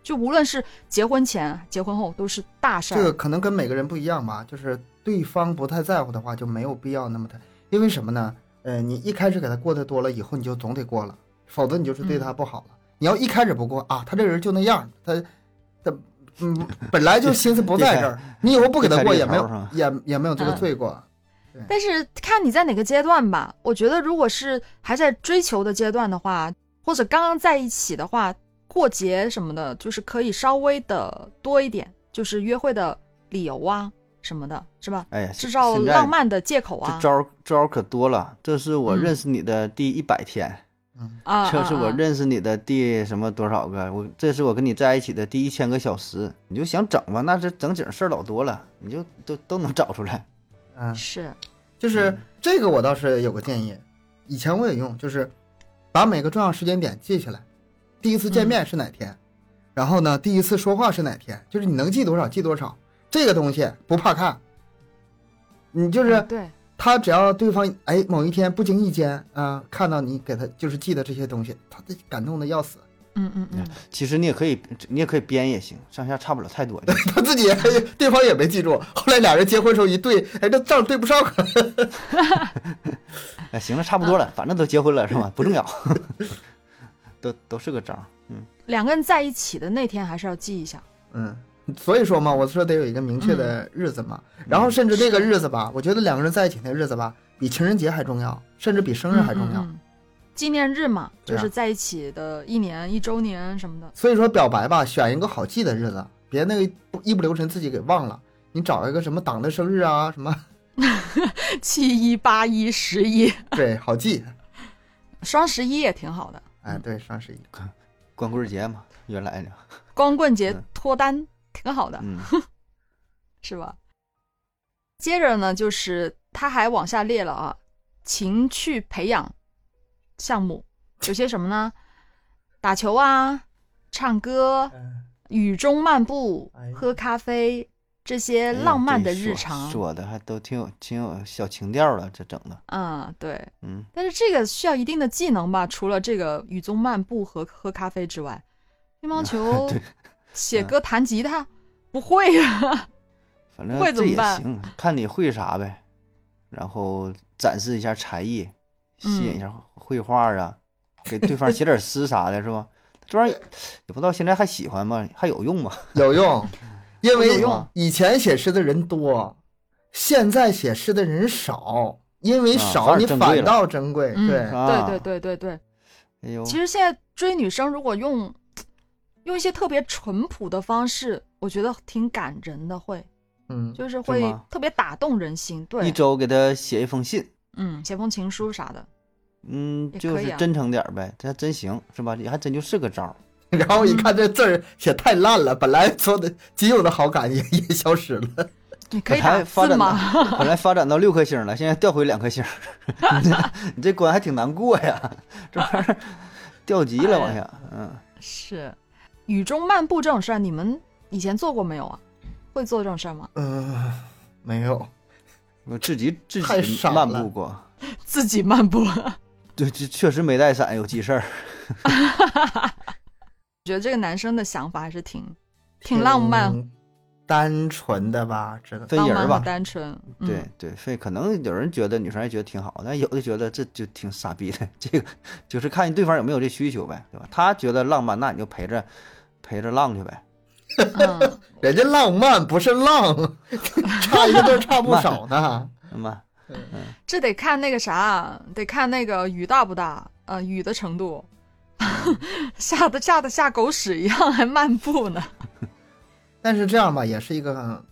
Speaker 1: 就无论是结婚前、结婚后都是大事儿。
Speaker 3: 这个可能跟每个人不一样吧，就是对方不太在乎的话，就没有必要那么太，因为什么呢？呃，你一开始给他过得多了，以后你就总得过了，否则你就是对他不好了。你要一开始不过啊，他这人就那样，他他嗯，本来就心思不在这儿，你以后不给他过也没有
Speaker 2: 这才
Speaker 3: 也也没有这个罪过。
Speaker 1: 但是看你在哪个阶段吧，我觉得如果是还在追求的阶段的话，或者刚刚在一起的话，过节什么的，就是可以稍微的多一点，就是约会的理由啊什么的，是吧？
Speaker 2: 哎呀，
Speaker 1: 制造
Speaker 2: 现在
Speaker 1: 浪漫的借口
Speaker 2: 这
Speaker 1: 啊
Speaker 2: 招儿招儿可多了。这是我
Speaker 1: 嗯
Speaker 2: 认识你的第一百天，
Speaker 3: 嗯，
Speaker 1: 啊！
Speaker 2: 这是
Speaker 1: 啊
Speaker 2: 我
Speaker 1: 啊
Speaker 2: 认识你的第什么多少个，我这是我跟你在一起的第一千个小时。你就想整吧，那这整景事儿老多了，你就都都能找出来。
Speaker 3: 嗯，
Speaker 1: 是
Speaker 3: 就是这个我倒是有个建议，以前我也用，就是把每个重要时间点记下来，第一次见面是哪天，然后呢，第一次说话是哪天，就是你能记多少记多少，这个东西不怕看。你就
Speaker 1: 嗯
Speaker 3: 是
Speaker 1: 对，
Speaker 3: 他，只要对方哎某一天不经意间啊、看到你给他就是记得这些东西，他这感动的要死，
Speaker 1: 嗯嗯嗯，
Speaker 2: 其实你也可以，你也可以编也行，上下差不了太多。就是
Speaker 3: 他自己也对方也没记住。后来俩人结婚时候一对，哎这账对不上，
Speaker 2: 哎，行了，差不多
Speaker 1: 嗯
Speaker 2: 了，反正都结婚了 是吧？不重要，都都是个招儿。嗯，
Speaker 1: 两个人在一起的那天还是要记一下。
Speaker 3: 嗯，所以说嘛，我说得有一个明确
Speaker 1: 嗯
Speaker 3: 的日子嘛，然后甚至这个日子吧，我觉得两个人在一起那日子吧，比情人节还重要，甚至比生日还重要。
Speaker 1: 嗯嗯嗯纪念日嘛，
Speaker 3: 对
Speaker 1: 就
Speaker 3: 啊
Speaker 1: 是在一起的一年、一周年什么的。
Speaker 3: 所以说表白吧，选一个好记的日子，别那个不一不留神自己给忘了。你找一个什么党的生日啊，什么
Speaker 1: 七一、八一、十一、
Speaker 3: 对，好记。
Speaker 1: 双十一也挺好的。
Speaker 3: 哎，对，双十一，
Speaker 2: 光棍节嘛，原来呢，
Speaker 1: 啊光棍节
Speaker 2: 嗯
Speaker 1: 脱单挺好的，
Speaker 2: 嗯，
Speaker 1: 是吧？接着呢，就是他还往下列了啊，情趣培养项目有些什么 呢？打球啊，唱歌，雨中漫步
Speaker 3: 哎，呀
Speaker 1: 喝咖啡，这些
Speaker 2: 哎呀
Speaker 1: 浪漫
Speaker 2: 哎这
Speaker 1: 的日
Speaker 2: 说
Speaker 1: 常。
Speaker 2: 说的还都挺有挺有小情调了，这整的，
Speaker 1: 嗯，对。
Speaker 2: 嗯，
Speaker 1: 但是这个需要一定的技能吧，除了这个雨中漫步和喝咖啡之外，乒乓球、
Speaker 2: 对
Speaker 1: 写
Speaker 2: 嗯
Speaker 1: 歌、弹吉他，不会啊呀、
Speaker 2: 反正
Speaker 1: 会怎
Speaker 2: 这
Speaker 1: 么
Speaker 2: 也
Speaker 1: 办
Speaker 2: 行，看你会啥呗，然后展示一下才艺，吸引一
Speaker 1: 嗯
Speaker 2: 下绘画啊，给对方写点诗啥的，是吧？这玩意儿也不知道现在还喜欢吗？还有用吗？
Speaker 3: 有用，因
Speaker 1: 有
Speaker 3: 为
Speaker 1: 用
Speaker 3: 以前写诗的人多，现在写诗的人少，因为
Speaker 2: 啊
Speaker 3: 少、
Speaker 2: 反而
Speaker 3: 你
Speaker 2: 珍贵
Speaker 3: 反
Speaker 2: 了
Speaker 3: 倒珍贵。
Speaker 1: 嗯
Speaker 3: 对，
Speaker 2: 啊
Speaker 1: 对对对对对，
Speaker 2: 哎呦，
Speaker 1: 其实现在追女生如果用用一些特别淳朴的方式，我觉得挺感人的，会
Speaker 3: 嗯，
Speaker 1: 就是
Speaker 2: 是
Speaker 1: 会
Speaker 2: 吗
Speaker 1: 特别打动人心。
Speaker 2: 一
Speaker 1: 对，
Speaker 2: 周给他写一封信，
Speaker 1: 嗯，写封情书啥的，
Speaker 2: 嗯，
Speaker 1: 也
Speaker 2: 就
Speaker 1: 可以
Speaker 2: 是
Speaker 1: 啊
Speaker 2: 真诚点儿呗，这还真行，是吧？也还真就是个招儿。
Speaker 3: 然后一看这字儿写太烂了，本来所有的仅有的好感也也消失 了。
Speaker 1: 你可以
Speaker 2: 本
Speaker 1: 打
Speaker 2: 来发
Speaker 1: 字
Speaker 2: 展
Speaker 1: 吗？
Speaker 2: 到本来发展到六颗星 了，现在掉回两颗星，你这你这关还挺难过呀，这玩意儿掉级了
Speaker 1: 哎
Speaker 2: 往下，嗯，
Speaker 1: 是，雨中漫步这种事儿，你们以前做过没有啊？会做这种事儿吗？
Speaker 3: 嗯、没有，
Speaker 2: 我自己自
Speaker 3: 太
Speaker 2: 己
Speaker 3: 傻
Speaker 2: 漫
Speaker 3: 了
Speaker 2: 步过，
Speaker 1: 自己漫步，
Speaker 2: 对，这确实没带伞，有记事儿。
Speaker 1: 觉得这个男生的想法还是挺挺浪漫、
Speaker 3: 挺单纯的吧？这个
Speaker 2: 分
Speaker 1: 浪
Speaker 2: 人
Speaker 1: 漫
Speaker 2: 儿
Speaker 1: 和
Speaker 2: 吧，
Speaker 1: 单纯。嗯、
Speaker 2: 对，对，所以可能有人觉得女生还觉得挺好，但有的觉得这就挺傻逼的。这个就是看对方有没有这需求呗，对吧？他觉得浪漫，那你就陪着陪着浪去呗。
Speaker 1: 嗯，
Speaker 3: 人家浪漫不是浪， 差一个字儿差不少呢。
Speaker 2: 那么
Speaker 1: 这得看那个啥，得看那个雨大不大，呃，雨的程度， 下的下的下狗屎一样还漫步呢。
Speaker 3: 但是这样吧，也是一个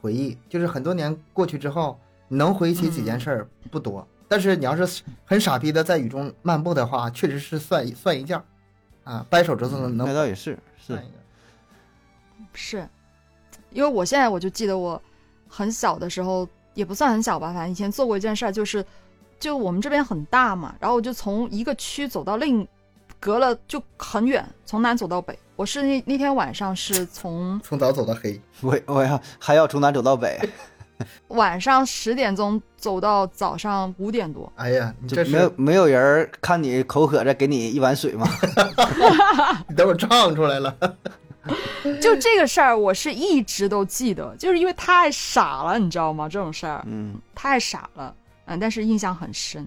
Speaker 3: 回忆，就是很多年过去之后，能回忆起
Speaker 1: 嗯
Speaker 3: 几件事儿不多。但是你要是很傻逼的在雨中漫步的话，确实是算一算一件儿啊，掰手指头能哎
Speaker 2: 那
Speaker 3: 能
Speaker 2: 倒也是，是
Speaker 3: 算一个。
Speaker 1: 是，因为我现在我就记得我很小的时候，也不算很小吧，反正以前做过一件事儿，就是就我们这边很大嘛，然后我就从一个区走到另，隔了就很远，从南走到北。我是那那天晚上是从
Speaker 3: 从早走到黑，
Speaker 2: 我我要还要从南走到北，啊
Speaker 1: 晚上十点钟走到早上五点多，
Speaker 3: 哎呀，你
Speaker 2: 就
Speaker 3: 这
Speaker 2: 没有
Speaker 3: 是嗯
Speaker 2: 没有人儿看你口渴再给你一碗水吗？
Speaker 3: 你等会儿唱出来了。
Speaker 1: 就这个事儿我是一直都记得，就是因为太傻了，你知道吗？这种事儿
Speaker 2: 嗯，
Speaker 1: 太傻了，嗯，但是印象很深，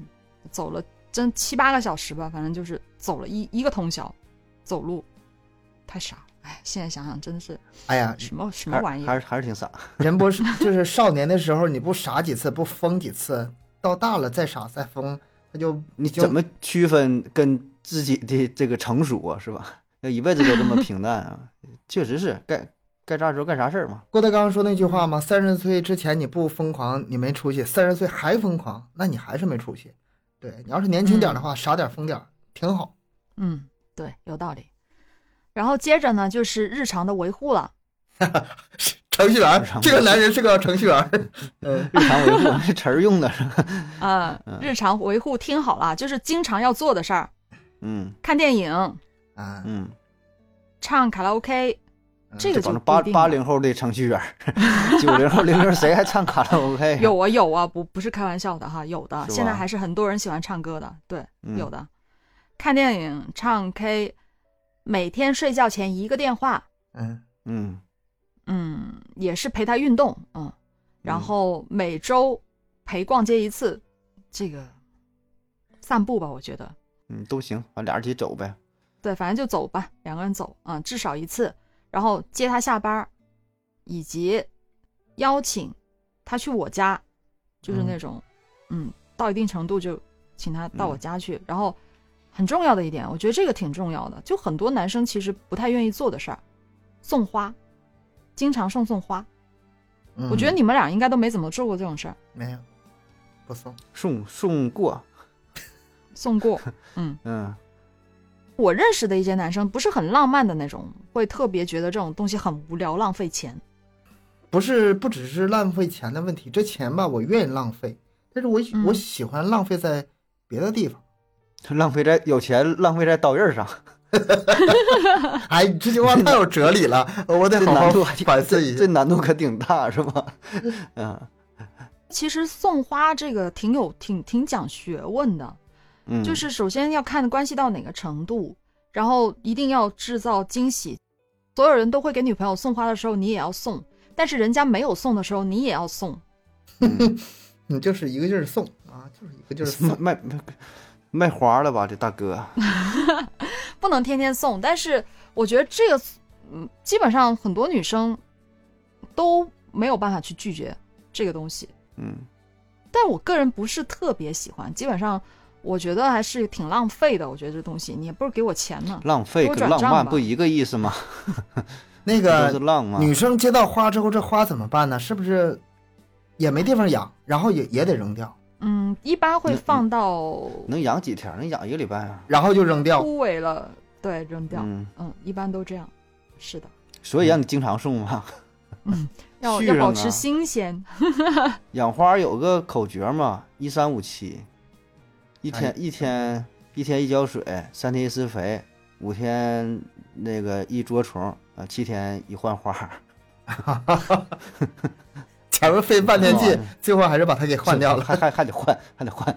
Speaker 1: 走了真七八个小时吧，反正就是走了一一个通宵，走路，太傻了，哎，现在想想真的是
Speaker 3: 哎呀，
Speaker 1: 什么什么
Speaker 2: 还
Speaker 1: 玩意
Speaker 2: 还
Speaker 1: 儿，
Speaker 2: 是还是挺傻。
Speaker 3: 人不是就是少年的时候，你不傻几次，不疯几次，到大了再傻再疯，那就
Speaker 2: 你
Speaker 3: 就
Speaker 2: 怎么区分跟自己的这个成熟啊，是吧？要一辈子都这么平淡啊， 确实是该该啥时候干啥事儿嘛。
Speaker 3: 郭德纲说那句话吗？三十岁之前你不疯狂，你没出息；三十岁还疯狂，那你还是没出息。对你要是年轻点儿的话，傻点儿疯点儿挺好。
Speaker 1: 嗯，对，有道理。然后接着呢，就是日常的维护了，
Speaker 3: 程序员
Speaker 2: 日常，
Speaker 3: 这个男人是个程序员。 嗯，
Speaker 2: 日常维护 这词儿用的是吧，
Speaker 1: 啊、日常维护听好了，就是经常要做的事儿，
Speaker 2: 嗯
Speaker 1: 看电影、
Speaker 3: 啊，
Speaker 2: 嗯，
Speaker 1: 唱卡拉 OK，
Speaker 3: 嗯
Speaker 1: 这个
Speaker 2: 保
Speaker 1: 就
Speaker 2: 证
Speaker 1: 不
Speaker 2: 八
Speaker 1: 一定啊
Speaker 2: 八
Speaker 1: 了
Speaker 2: 零后的程序员儿，九零后、零零谁还唱卡拉 OK？
Speaker 1: 有啊有啊，不不是开玩笑的哈，有的，
Speaker 2: 哎是
Speaker 1: 现在
Speaker 2: 吧
Speaker 1: 还是很多人喜欢唱歌的，对，
Speaker 2: 嗯
Speaker 1: 有的。看电影、唱 K，每天睡觉前一个电话，
Speaker 3: 嗯，
Speaker 2: 嗯，
Speaker 1: 嗯，也是陪他运动，嗯，然
Speaker 2: 嗯
Speaker 1: 后每周陪逛街一次，这个散步吧，我觉得，
Speaker 2: 嗯都行，反正俩人一起走呗。
Speaker 1: 对，反正就走吧，两个人走，嗯，至少一次，然后接他下班儿，以及邀请他去我家，就是那
Speaker 3: 嗯
Speaker 1: 种，嗯，到一定程度就请他到我
Speaker 2: 嗯
Speaker 1: 家去。然后很重要的一点，我觉得这个挺重要的，就很多男生其实不太愿意做的事儿，送花，经常送送花。
Speaker 3: 嗯
Speaker 1: 我觉得你们俩应该都没怎么做过这种事儿，
Speaker 3: 没有不送，
Speaker 2: 送送过，
Speaker 1: 送 过。嗯，
Speaker 2: 嗯
Speaker 1: 我认识的一些男生不是很浪漫的那种，会特别觉得这种东西很无聊，浪费钱。
Speaker 3: 不是不只是浪费钱的问题，这钱吧我愿意浪费，但是我喜
Speaker 1: 嗯
Speaker 3: 我喜欢浪费在别的地方。
Speaker 2: 浪费在有钱浪费在刀刃 上，
Speaker 3: 哎，你这句话太有哲理了，我得
Speaker 2: 这
Speaker 3: 好
Speaker 2: 难
Speaker 3: 好
Speaker 2: 度还挺
Speaker 3: 反思
Speaker 2: 这
Speaker 3: 一
Speaker 2: 这
Speaker 3: 下。
Speaker 2: 难度可挺大是吧？嗯
Speaker 1: 其实送花这个挺有挺挺讲学问的，
Speaker 2: 嗯，
Speaker 1: 就是首先要看关系到哪个程度，然后一定要制造惊喜。所有人都会给女朋友送花的时候，你也要送；但是人家没有送的时候，你也要送。
Speaker 2: 嗯
Speaker 3: 你就是一个劲儿送啊，就是一个劲儿送。
Speaker 2: 卖卖卖花了吧，这大哥。
Speaker 1: 不能天天送，但是我觉得这个，嗯，基本上很多女生都没有办法去拒绝这个东西。
Speaker 2: 嗯，
Speaker 1: 但我个人不是特别喜欢，基本上我觉得还是挺浪费的。我觉得这东西你也不是给我钱呢，
Speaker 2: 浪费
Speaker 1: 给我
Speaker 2: 跟
Speaker 1: 转
Speaker 2: 浪
Speaker 1: 账
Speaker 2: 漫
Speaker 1: 吧
Speaker 2: 不一个意思吗？
Speaker 3: 那
Speaker 2: 都
Speaker 3: 个
Speaker 2: 是浪漫。
Speaker 3: 女生接到花之后，这花怎么办呢？是不是也没地方养，然后也也得扔掉，
Speaker 1: 嗯，一般会
Speaker 2: 能
Speaker 1: 放到
Speaker 2: 能养几条？能养一个礼拜啊？
Speaker 3: 然后就扔掉？
Speaker 1: 枯萎了，对，扔掉。
Speaker 2: 嗯，
Speaker 1: 嗯，一般都这样。是的，
Speaker 2: 所以让你经常送嘛。
Speaker 1: 要
Speaker 2: 续
Speaker 1: 要保
Speaker 2: 上
Speaker 1: 持
Speaker 2: 啊
Speaker 1: 新鲜。
Speaker 2: 养花有个口诀嘛，一三五七，一
Speaker 3: 哎
Speaker 2: 天一天一天一浇水，三天一施肥，五天那个一捉虫啊，七天一换花儿。
Speaker 3: 前面费半天劲，最后还是把它给换掉 了。
Speaker 2: 还还还得换，还得换。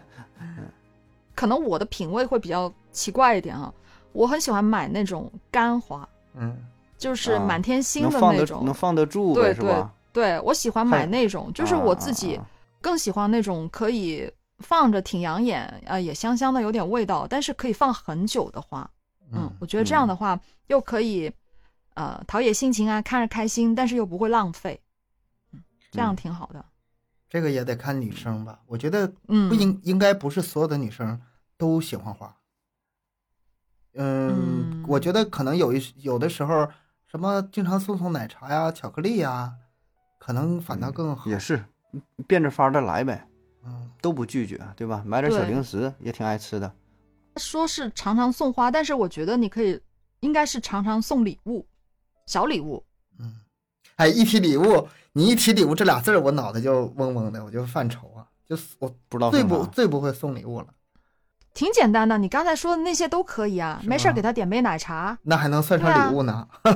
Speaker 1: 可能我的品味会比较奇怪一点啊，我很喜欢买那种干花，
Speaker 3: 嗯，
Speaker 1: 就是
Speaker 2: 啊
Speaker 1: 满天星
Speaker 2: 能
Speaker 1: 的
Speaker 2: 放
Speaker 1: 那
Speaker 2: 得
Speaker 1: 种。
Speaker 2: 能放得住
Speaker 1: 对
Speaker 2: 呗，是吧？
Speaker 1: 对我喜欢买
Speaker 2: 还
Speaker 1: 那种，就是
Speaker 2: 啊
Speaker 1: 我
Speaker 2: 啊
Speaker 1: 自己
Speaker 2: 啊
Speaker 1: 更喜欢那种可以放着挺养眼啊、呃也香香的，有点味道，但是可以放很久的花。嗯，我觉得这样的话、又可以呃陶冶性情啊，看着开心，但是又不会浪费，嗯，这样
Speaker 2: 嗯
Speaker 1: 挺好的。
Speaker 3: 这个也得看女生吧。我觉得
Speaker 1: 嗯，
Speaker 3: 不应应该不是所有的女生都喜欢花。嗯
Speaker 1: 嗯，
Speaker 3: 我觉得可能有一有的时候，什么经常送送奶茶呀、巧克力呀，可能反倒啊更好。
Speaker 2: 嗯也是，变着法儿的来呗，
Speaker 3: 嗯，
Speaker 2: 都不拒绝，对吧？买点小
Speaker 1: 对
Speaker 2: 零食也挺爱吃的。
Speaker 1: 说是常常送花，但是我觉得你可以应该是常常送礼物，小礼物。
Speaker 3: 哎，一提礼物，你一提礼物这俩字儿，我脑袋就嗡嗡的，我就犯愁啊，就是我
Speaker 2: 不知道
Speaker 3: 最
Speaker 2: 送
Speaker 3: 不
Speaker 2: 啥
Speaker 3: 最不会送礼物了，
Speaker 1: 挺简单的，你刚才说的那些都可以啊，
Speaker 3: 是
Speaker 1: 没事儿
Speaker 3: 吗
Speaker 1: 给他点杯奶茶，
Speaker 3: 那还能算上礼物呢？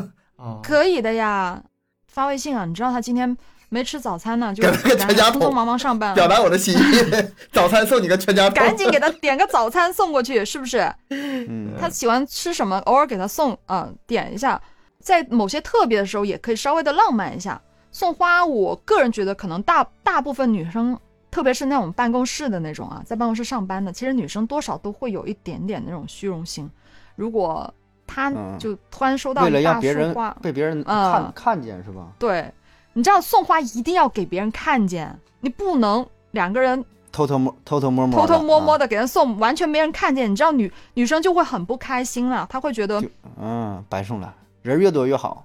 Speaker 1: 啊
Speaker 3: 哦，
Speaker 1: 可以的呀。发微信啊，你知道他今天没吃早餐 呢，就
Speaker 3: 给他个
Speaker 1: 赶
Speaker 3: 全家
Speaker 1: 匆
Speaker 3: 桶
Speaker 1: 匆忙忙上班，
Speaker 3: 表达我的心意， 早餐送你个全家桶，
Speaker 1: 赶紧给他点个早餐送过去，是不是？
Speaker 2: 嗯，
Speaker 1: 他喜欢吃什么，偶尔给他送啊、点一下。在某些特别的时候，也可以稍微的浪漫一下。送花，我个人觉得可能大大部分女生，特别是那种办公室的那种啊，在办公室上班的，其实女生多少都会有一点点那种虚荣心。如果她
Speaker 2: 嗯
Speaker 1: 就突然收到
Speaker 2: 为了
Speaker 1: 一大
Speaker 2: 让别
Speaker 1: 束
Speaker 2: 人
Speaker 1: 花，
Speaker 2: 被别人
Speaker 1: 啊
Speaker 2: 看看见是吧？
Speaker 1: 对，你知道送花一定要给别人看见，你不能两个人
Speaker 2: 偷偷摸偷偷摸摸
Speaker 1: 偷偷摸摸
Speaker 2: 的
Speaker 1: 的
Speaker 2: 啊
Speaker 1: 给人送，完全没人看见，你知道女女生就会很不开心了，她会觉得
Speaker 2: 就啊，嗯，白送了，人越多越好。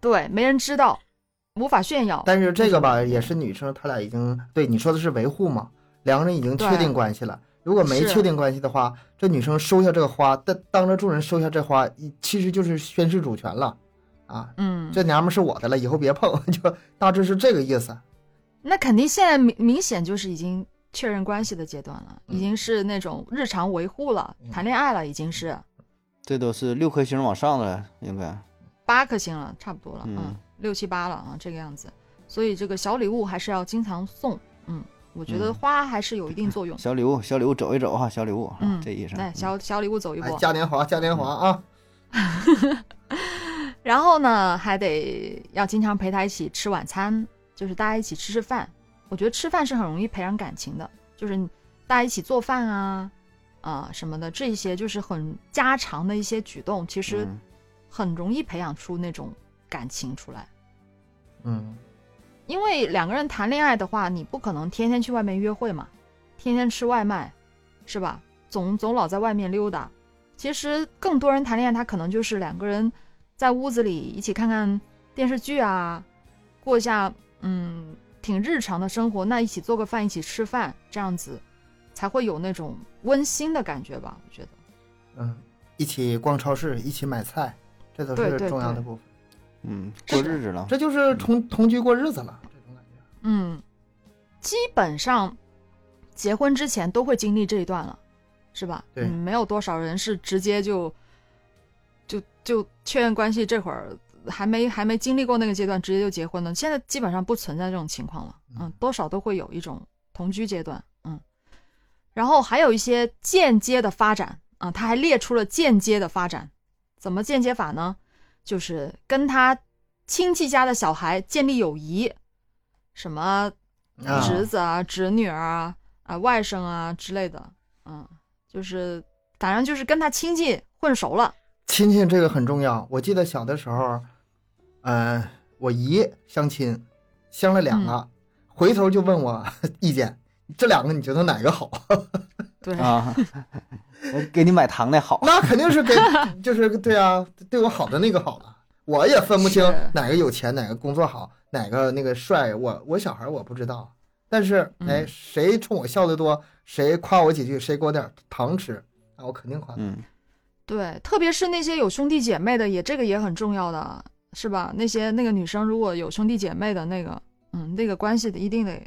Speaker 1: 对，没人知道，无法炫耀。
Speaker 3: 但是这个
Speaker 1: 嗯
Speaker 3: 吧，也是女生，她俩已经对你说的是维护嘛，两个人已经确定关系了。如果没
Speaker 1: 是
Speaker 3: 确定关系的话，这女生收下这个花，当当着众人收下这花，一其实就是宣示主权了，啊，
Speaker 1: 嗯，
Speaker 3: 这娘们是我的了，以后别碰， 就大致是这个意思。
Speaker 1: 那肯定现在明明显就是已经确认关系的阶段了，已
Speaker 3: 嗯
Speaker 1: 经是那种日常维护了，谈恋爱了，已经是
Speaker 2: 这都是六颗星往上了，应该
Speaker 1: 八颗星了，差不多了，嗯，
Speaker 2: 嗯
Speaker 1: 六七八了啊，这个样子。所以这个小礼物还是要经常送，嗯，我觉得
Speaker 2: 嗯
Speaker 1: 花还是有一定作 用。
Speaker 2: 小礼物，小礼物走一走哈，小礼物哈，
Speaker 1: 嗯，
Speaker 2: 这意思。
Speaker 1: 对，嗯小小礼物走一
Speaker 3: 哎
Speaker 1: 波，。
Speaker 3: 嘉年华，嘉年华啊，
Speaker 1: 然后呢，还得要经常陪他一起吃晚餐，就是大家一起吃吃饭。我觉得吃饭是很容易培养感情的，就是你大家一起做饭啊，啊、什么的，这一些就是很家常的一些举动，其实
Speaker 2: 嗯
Speaker 1: 很容易培养出那种感情出来。
Speaker 3: 嗯，
Speaker 1: 因为两个人谈恋爱的话，你不可能天天去外面约会嘛，天天吃外卖，是吧？总总老在外面溜达。其实更多人谈恋爱，他可能就是两个人在屋子里一起看看电视剧啊，过一下嗯挺日常的生活，那一起做个饭，一起吃饭，这样子才会有那种温馨的感觉吧？我觉得。
Speaker 3: 嗯，一起逛超市，一起买菜，这都
Speaker 1: 对
Speaker 3: 是
Speaker 1: 对
Speaker 3: 重要的
Speaker 1: 对
Speaker 3: 部分。
Speaker 2: 嗯，
Speaker 1: 是
Speaker 2: 过日子了，
Speaker 3: 这就是同同居过日子了，这种感觉。
Speaker 1: 嗯，基本上结婚之前都会经历这一段了，是吧？
Speaker 3: 对
Speaker 1: 嗯，没有多少人是直接就就就确认关系，这会儿还没还没经历过那个阶段，直接就结婚了。现在基本上不存在这种情况了，嗯，多少都会有一种同居阶段，嗯。然后还有一些间接的发展啊，他还列出了间接的发展，怎么间接法呢？就是跟他亲戚家的小孩建立友谊，什么
Speaker 3: 啊，
Speaker 1: 侄子啊、侄女儿啊、啊外甥啊之类的，嗯，就是反正就是跟他亲戚混熟了，
Speaker 3: 亲戚这个很重要。我记得小的时候，呃，我姨相亲，相了两
Speaker 1: 嗯
Speaker 3: 个，回头就问我 意见，这两个你觉得哪个好？
Speaker 1: 对，
Speaker 2: 啊， 哎给你买糖的好，
Speaker 3: 那肯定 是给，就是对啊，对我好的那个好了。我也分不清
Speaker 1: 是
Speaker 3: 哪个有钱，哪个工作好，哪个那个帅。我我小孩我不知道，但是
Speaker 1: 嗯
Speaker 3: 哎，谁冲我笑得多，谁夸我几句，谁给我点糖吃啊，我肯定夸他。
Speaker 2: 嗯，
Speaker 1: 对，特别是那些有兄弟姐妹的也，这个也很重要的，啊是吧？那些那个女生如果有兄弟姐妹的那个，嗯，那个关系的一定得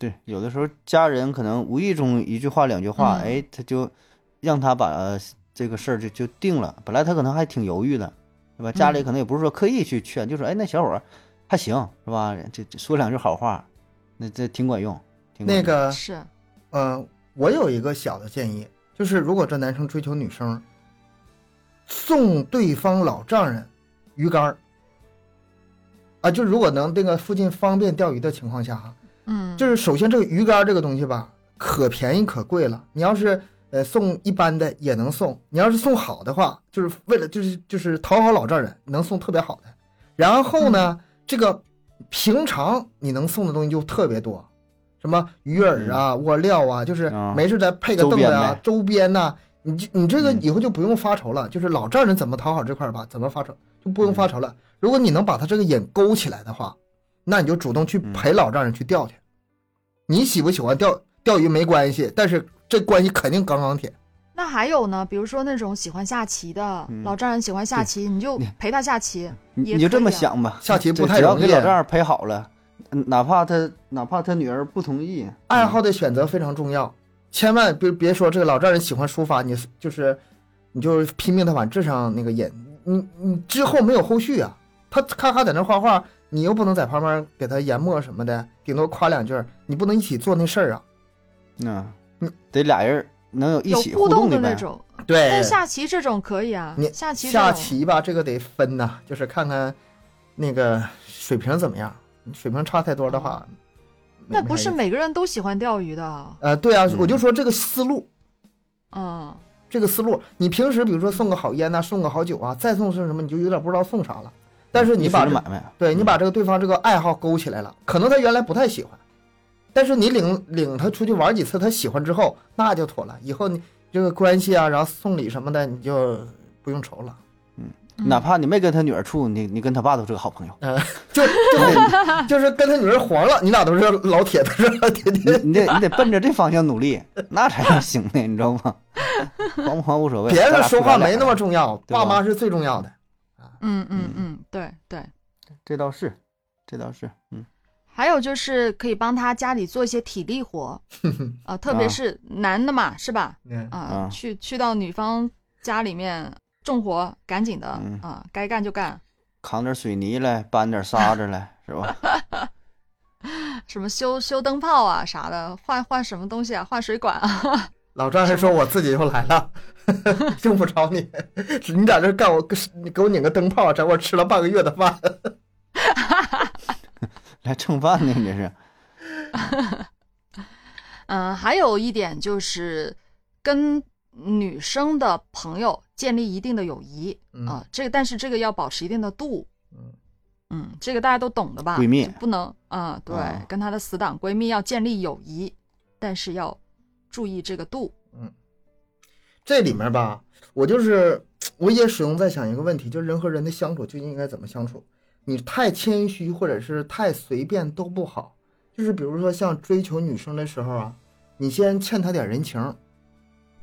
Speaker 2: 对，有的时候家人可能无意中一句话两句话，
Speaker 1: 嗯
Speaker 2: 哎，他就让他把、呃这个事儿就就定了。本来他可能还挺犹豫的，是吧？
Speaker 3: 嗯
Speaker 2: 家里可能也不是说刻意去劝，就说哎，那小伙儿还行，是吧？这这说两句好话，那这挺管用。挺管用
Speaker 3: 那个
Speaker 1: 是，
Speaker 3: 呃，我有一个小的建议，就是如果这男生追求女生，送对方老丈人鱼竿儿，啊，就如果能那个附近方便钓鱼的情况下哈，
Speaker 1: 嗯，
Speaker 3: 就是是首先这个鱼竿儿这个东西吧，可便宜可贵了。你要是呃送一般的也能送，你要是送好的话，就是为了就是就是讨好老丈人，能送特别好的。然后呢，这个平常你能送的东西就特别多，什么鱼饵啊、窝料啊，就是
Speaker 2: 啊
Speaker 3: 没事再配个
Speaker 2: 周
Speaker 3: 凳子
Speaker 2: 边
Speaker 3: 啊
Speaker 2: 呗、
Speaker 3: 周边呐、你就你这个
Speaker 2: 嗯
Speaker 3: 以后就不用发愁了，就是老丈人怎么讨好这块儿吧，怎么发愁就不用发愁了。
Speaker 2: 嗯
Speaker 3: 如果你能把他这个瘾勾起来的话，那你就主动去
Speaker 2: 嗯
Speaker 3: 陪老丈人去钓去。你喜不喜欢钓钓鱼没关系，但是这关系肯定杠杠铁。
Speaker 1: 那还有呢，比如说那种喜欢下棋的、
Speaker 2: 嗯
Speaker 1: 老丈人喜欢下棋，你就
Speaker 2: 你
Speaker 1: 陪他下棋，
Speaker 2: 你
Speaker 1: 也
Speaker 2: 你就这
Speaker 1: 可以
Speaker 2: 么
Speaker 1: 啊
Speaker 2: 想吧，
Speaker 3: 下棋
Speaker 2: 这
Speaker 3: 不太
Speaker 2: 只要
Speaker 3: 容
Speaker 2: 给
Speaker 3: 易啊
Speaker 2: 老丈人陪好了，嗯哪怕他哪怕他女儿不同意，
Speaker 3: 爱好的选择非常重要，千万别别说这个老丈人喜欢书法，你就是你就是拼命的往这上那个引，你你之后没有后续啊。他咔咔在那画画，你又不能在旁边给他研墨什么的，顶多夸两句儿，你不能一起做那事儿啊。
Speaker 2: 嗯
Speaker 3: 嗯，
Speaker 2: 得俩人能有一
Speaker 1: 有
Speaker 2: 起
Speaker 1: 互
Speaker 2: 动啊
Speaker 1: 的
Speaker 2: 呗
Speaker 1: 那。种。
Speaker 3: 对
Speaker 2: 哎
Speaker 1: 但下棋这种可以啊
Speaker 3: 你，
Speaker 1: 下棋这
Speaker 3: 下
Speaker 1: 种
Speaker 3: 棋吧，这个得分呐、就是看看那个水平怎么样，水平差太多的话，没
Speaker 1: 哦那不是
Speaker 3: 没啥意
Speaker 1: 每个人都喜欢钓鱼的
Speaker 3: 思，呃，对啊，
Speaker 2: 嗯
Speaker 3: 我就说这个思路，
Speaker 1: 嗯，
Speaker 3: 这个思路，你平时比如说送个好烟呐、送个好酒啊，再送是什么，你就有点不知道送啥了。但是你
Speaker 2: 一
Speaker 3: 把
Speaker 2: 说
Speaker 3: 这
Speaker 2: 这买卖，
Speaker 3: 对你
Speaker 2: 嗯
Speaker 3: 把这个对方这个爱好勾起来了，可能他原来不太喜欢，但是你领领他出去玩几次，他喜欢之后，那就妥了。以后你这个关系啊，然后送礼什么的，你就不用愁了。
Speaker 1: 嗯
Speaker 2: 哪怕你没跟他女儿处，你你跟他爸都是个好朋友。
Speaker 3: 就 就就是跟他女儿黄了，你俩都是老铁，都是 老铁
Speaker 2: 你
Speaker 3: 铁，
Speaker 2: 你得你得奔着这方向努力，那才能行呢，你知道吗？黄不黄无所谓，
Speaker 3: 别
Speaker 2: 咱
Speaker 3: 人
Speaker 2: 俩
Speaker 3: 说
Speaker 2: 处
Speaker 3: 话
Speaker 2: 咱俩
Speaker 3: 没那么重要，
Speaker 2: 对吧
Speaker 3: 爸妈是最重要的。
Speaker 1: 嗯嗯
Speaker 2: 嗯
Speaker 1: 嗯，对对。
Speaker 2: 这倒是，这倒是，嗯，
Speaker 1: 还有就是可以帮他家里做一些体力 活，啊、特别
Speaker 2: 啊
Speaker 1: 是男的嘛，是吧？
Speaker 3: 嗯，
Speaker 1: 啊、
Speaker 2: 啊
Speaker 1: 去去到女方家里面重活，赶紧的啊、
Speaker 2: 嗯
Speaker 1: 该干就干，
Speaker 2: 扛点水泥来，搬点沙子来，是吧？
Speaker 1: 什么修修灯泡啊啥的，换换什么东西啊，换水管啊，
Speaker 3: 老丈人说我自己又来了， 用不着你， 你在这干我，你给我拧个灯泡，在我吃了半个月的饭。
Speaker 2: 来蹭饭呢，你这是，
Speaker 1: 嗯，还有一点就是跟女生的朋友建立一定的友谊啊、
Speaker 3: 嗯
Speaker 1: 这个但是这个要保持一定的度，
Speaker 3: 嗯
Speaker 1: 嗯，这个大家都懂的吧？
Speaker 2: 闺蜜
Speaker 1: 就不能啊、对，
Speaker 2: 啊
Speaker 1: 跟她的死党闺蜜要建立友谊，但是要注意这个度，
Speaker 3: 这里面吧，我就是我也始终在想一个问题，就是人和人的相处究竟应该怎么相处？你太谦虚或者是太随便都不好。就是比如说像追求女生的时候啊，你先欠她点人情。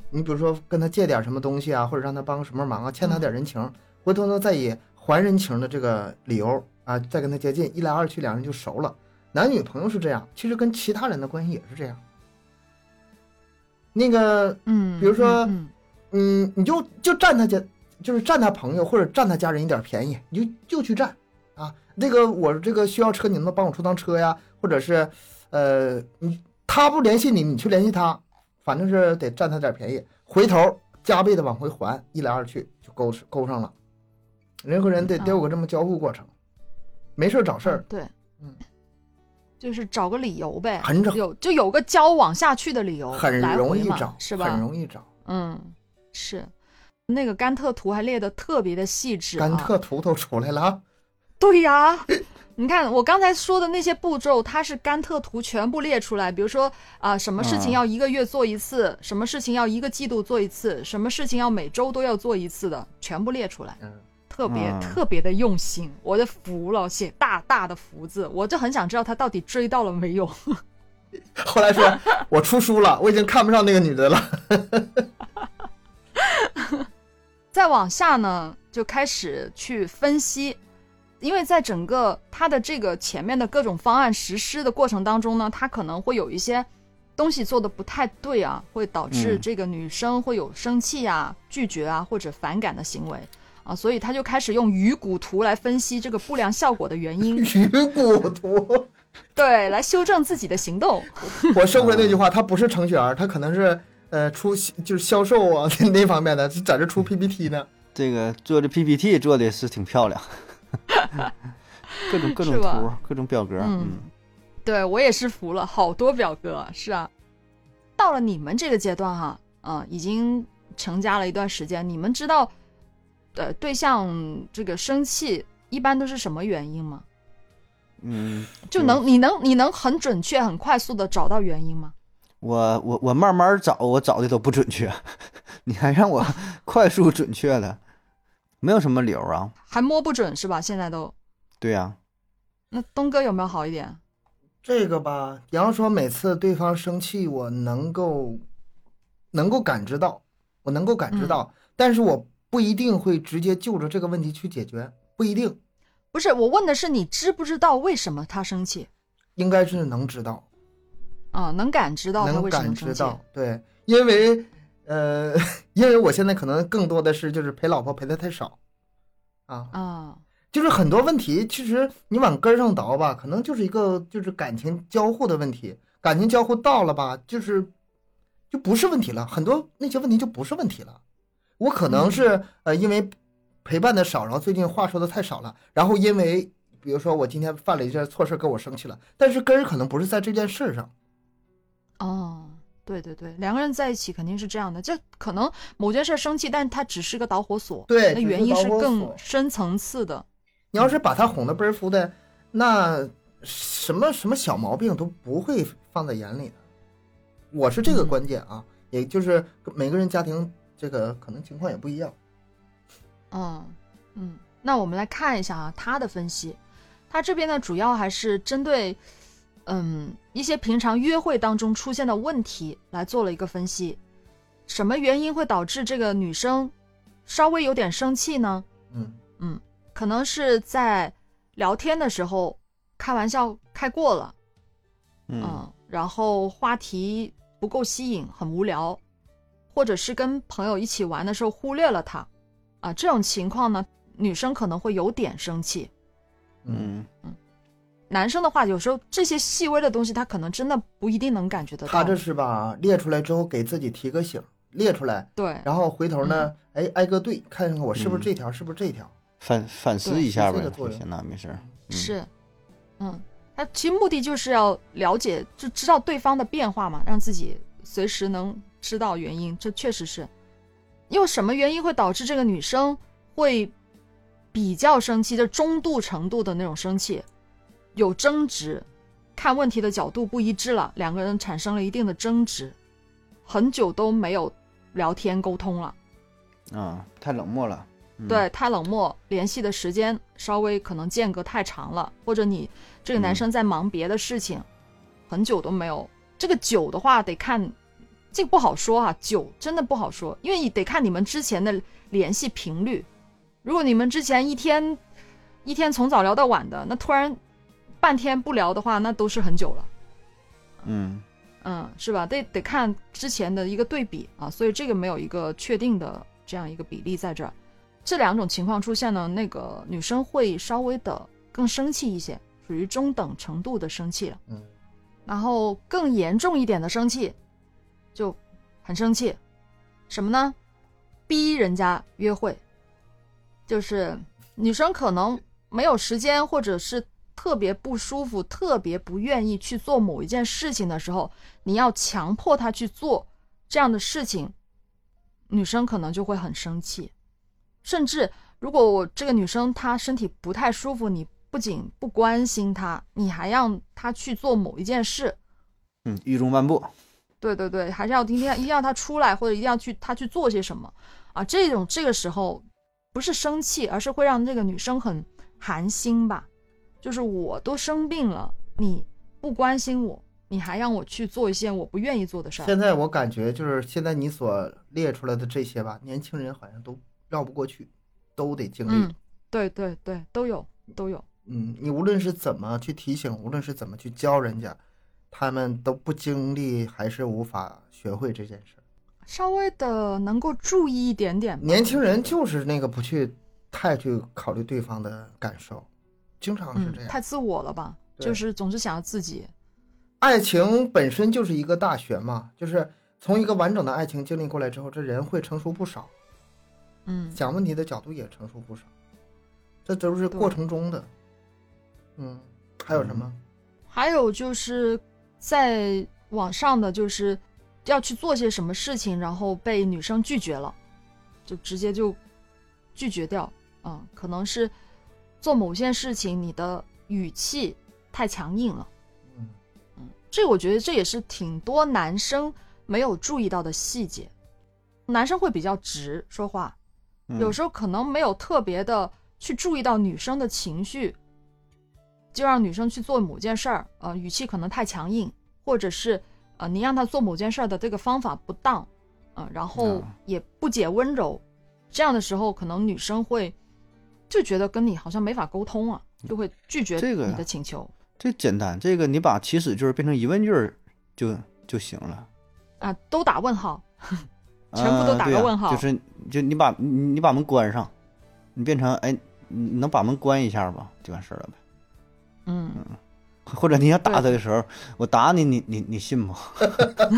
Speaker 3: 你比如说跟她借点什么东西啊，或者让她帮个什么忙啊，欠她点人情，回头呢再以还人情的这个理由啊，再跟她接近，一来二去两人就熟了。男女朋友是这样，其实跟其他人的关系也是这样。那个
Speaker 1: 嗯，
Speaker 3: 比如说
Speaker 1: 嗯
Speaker 3: 嗯，你就就占他家，就是占他朋友或者占他家人一点便宜，你就就去占啊。那个我这个需要车，你能不能帮我出趟车呀？或者是，呃，你他不联系你，你去联系他，反正是得占他点便宜，回头加倍的往回还，一来二去就勾勾上了。人和人得得有个这么交互过程，没事儿找事儿
Speaker 1: 嗯，对，
Speaker 3: 嗯，
Speaker 1: 就是找个理由呗，
Speaker 3: 很找
Speaker 1: 有就有个交往下去的理由，
Speaker 3: 很
Speaker 1: 嗯来
Speaker 3: 容
Speaker 1: 回
Speaker 3: 易
Speaker 1: 嘛
Speaker 3: 找，
Speaker 1: 是吧？
Speaker 3: 很容易找。
Speaker 1: 嗯，是。那个甘特图还列的特别的细致、啊，
Speaker 3: 甘特图都出来了啊，
Speaker 1: 对呀、你看我刚才说的那些步骤，它是甘特图全部列出来。比如说啊、什么事情
Speaker 2: 嗯
Speaker 1: 要一个月做一次，什么事情要一个季度做一次，什么事情要每周都要做一次的，全部列出来，
Speaker 3: 嗯，
Speaker 1: 特别、
Speaker 2: 嗯
Speaker 1: 特别的用心，我的服了，写大大的福字，我就很想知道他到底追到了没有。
Speaker 3: 后来说我出书了，我已经看不上那个女的了。
Speaker 1: 再往下呢，就开始去分析，因为在整个他的这个前面的各种方案实施的过程当中呢，他可能会有一些东西做的不太对啊，会导致
Speaker 2: 嗯
Speaker 1: 这个女生会有生气啊、拒绝啊或者反感的行为啊，所以他就开始用鱼骨图来分析这个不良效果的原 因，
Speaker 3: 鱼骨 图，
Speaker 1: 对，来修正自己的行动。
Speaker 3: 我收回那句话，他不是程序员，他可能是呃出就是销售啊那方面的，在这出 PPT 呢。
Speaker 2: 这个做的 PPT 做的是 挺漂亮，各种各种
Speaker 1: 是吧
Speaker 2: 图，各种表格，
Speaker 1: 嗯
Speaker 2: 嗯，
Speaker 1: 对我也是服了，好多表哥，是啊。到了你们这个阶段哈，啊、已经成家了一段时间，你们知道，呃，对象这个生气一般都是什么原因吗？
Speaker 2: 嗯，
Speaker 1: 就能你能你能很准确、很快速的找到原因吗？
Speaker 2: 我我我慢慢找，我找的都不准确， 你还让我快速准确的，没有什么理由啊。
Speaker 1: 还摸不准是吧？现在都，
Speaker 2: 对呀、
Speaker 1: 那东哥有没有好一点？
Speaker 3: 这个吧，你要说每次对方生气，我能够能够感知到，我能够感知到，
Speaker 1: 嗯
Speaker 3: 但是我不一定会直接就着这个问题去解决，不一定，
Speaker 1: 不是，我问的是你知不知道为什么他生气
Speaker 3: 应该是能知道，
Speaker 1: 啊、能感知到他
Speaker 3: 能
Speaker 1: 为什
Speaker 3: 感
Speaker 1: 么生
Speaker 3: 知
Speaker 1: 气
Speaker 3: 到，对，因为呃， 因为我现在可能更多的是就是陪老婆陪的太少，啊，
Speaker 1: 啊、
Speaker 3: 就是很多问题，其实你往根儿上倒吧，可能就是一个就是感情交互的问题，感情交互到了吧，就是就不是问题了，很多那些问题就不是问题了。我可能是呃因为陪伴的少，然后最近话说的太少了，然后因为比如说我今天犯了一件错事，跟我生气了，但是根儿可能不是在这件事上。
Speaker 1: 哦，对对对，两个人在一起肯定是这样的，就可能某件事生气，但它只是个导火索，
Speaker 3: 对
Speaker 1: 那
Speaker 3: 只是
Speaker 1: 原因
Speaker 3: 导
Speaker 1: 是
Speaker 3: 火
Speaker 1: 更
Speaker 3: 索
Speaker 1: 深层次的。
Speaker 3: 你要是把他哄得倍儿服的，那什么什么小毛病都不会放在眼里的。我是
Speaker 1: 嗯
Speaker 3: 这个观点啊，也就是每个人家庭这个可能情况也不一样。
Speaker 1: 嗯嗯，那我们来看一下啊，他的分析，他这边呢主要还是针对，嗯，一些平常约会当中出现的问题来做了一个分析，什么原因会导致这个女生稍微有点生气呢？
Speaker 3: 嗯，
Speaker 1: 可能是在聊天的时候开玩笑开过了。
Speaker 2: 嗯，
Speaker 1: 嗯，然后话题不够吸引，很无聊，或者是跟朋友一起玩的时候忽略了他，啊，这种情况呢，女生可能会有点生气。
Speaker 2: 嗯
Speaker 1: 男生的话，有时候这些细微的东西，他可能真的不一定能感觉得到。
Speaker 3: 他这是吧，列出来之后给自己提个醒，列出来，
Speaker 1: 对，嗯
Speaker 3: 然后回头呢，哎，挨个对，看看我是不是这条，是不是这条。
Speaker 2: 反反思
Speaker 1: 对
Speaker 2: 一下呗
Speaker 3: 是这个，作用
Speaker 2: 行，那没事儿。嗯、
Speaker 1: 是，嗯，他其实目的就是要了解，就知道对方的变化嘛，让自己随时能知道原因。这确实是，有什么原因会导致这个女生会比较生气，就中度程度的那种生气，有争执，看问题的角度不一致了，两个人产生了一定的争执，很久都没有聊天沟通了。
Speaker 2: 啊，太冷漠了。嗯、
Speaker 1: 对，太冷漠，联系的时间稍微可能间隔太长了，或者你这个男
Speaker 2: 嗯
Speaker 1: 生在忙别的事情，很久都没有。这个久的话得看，这个不好说啊，久真的不好说，因为你得看你们之前的联系频率。如果你们之前一天一天从早聊到晚的，那突然半天不聊的话，那都是很久了。
Speaker 2: 嗯，
Speaker 1: 嗯，是吧？得得看之前的一个对比啊，所以这个没有一个确定的这样一个比例在这儿。这两种情况出现呢，那个女生会稍微的更生气一些，属于中等程度的生气了。
Speaker 3: 嗯，
Speaker 1: 然后更严重一点的生气，就很生气，什么呢？逼人家约会，就是女生可能没有时间，或者是特别不舒服、特别不愿意去做某一件事情的时候，你要强迫她去做这样的事情，女生可能就会很生气，甚至如果我这个女生她身体不太舒服，你不仅不关心她，你还让她去做某一件事，
Speaker 2: 嗯，狱中漫步，
Speaker 1: 对对对，还是要一定要一定要她出来，或者一定要去她去做些什么啊？这种这个时候不是生气，而是会让这个女生很寒心吧？就是我都生病了，你不关心我，你还让我去做一些我不愿意做的事儿。
Speaker 3: 现在我感觉就是现在你所列出来的这些吧，年轻人好像都绕不过去，都得经历
Speaker 1: 嗯。，对对对，都有都有。
Speaker 3: 嗯，你无论是怎么去提醒，无论是怎么去教人家，他们都不经历，还是无法学会这件事儿。
Speaker 1: 稍微的能够注意一点点吧。
Speaker 3: 年轻人就是那个不去太去考虑对方的感受，经常是
Speaker 1: 嗯
Speaker 3: 这，样。
Speaker 1: 太自我了吧，
Speaker 3: 对
Speaker 1: 就是总是想要自己。
Speaker 3: 爱情本身就是一个大学嘛，就是从一个完整的爱情经历过来之后，这人会成熟不少，
Speaker 1: 嗯，
Speaker 3: 想问题的角度也成熟不少，这都是过程中的。嗯，还有什么？
Speaker 1: 还有就是在网上的，就是要去做些什么事情，然后被女生拒绝了，就直接就拒绝掉。嗯，可能是做某件事情，你的语气太强硬了。
Speaker 3: 嗯，
Speaker 1: 这我觉得这也是挺多男生没有注意到的细节。男生会比较直说话，
Speaker 2: 嗯
Speaker 1: 有时候可能没有特别的去注意到女生的情绪，就让女生去做某件事儿，呃，语气可能太强硬，或者是呃，你让她做某件事儿的这个方法不当，嗯、然后
Speaker 2: 啊
Speaker 1: 也不解温柔，这样的时候可能女生会就觉得跟你好像没法沟通啊，就会拒绝
Speaker 2: 这个
Speaker 1: 你的请求、
Speaker 2: 这简单，这个你把起始句儿变成疑问句儿就就行了，
Speaker 1: 啊，都打问号。全部都
Speaker 2: 啊
Speaker 1: 打
Speaker 2: 对
Speaker 1: 个
Speaker 2: 呀
Speaker 1: 问号
Speaker 2: 就是就你把你你把门关上，你变成哎，你能把门关一下吧，就完事儿了呗。
Speaker 1: 嗯，
Speaker 2: 或者你想打他的时候，我打你，你你你信吗？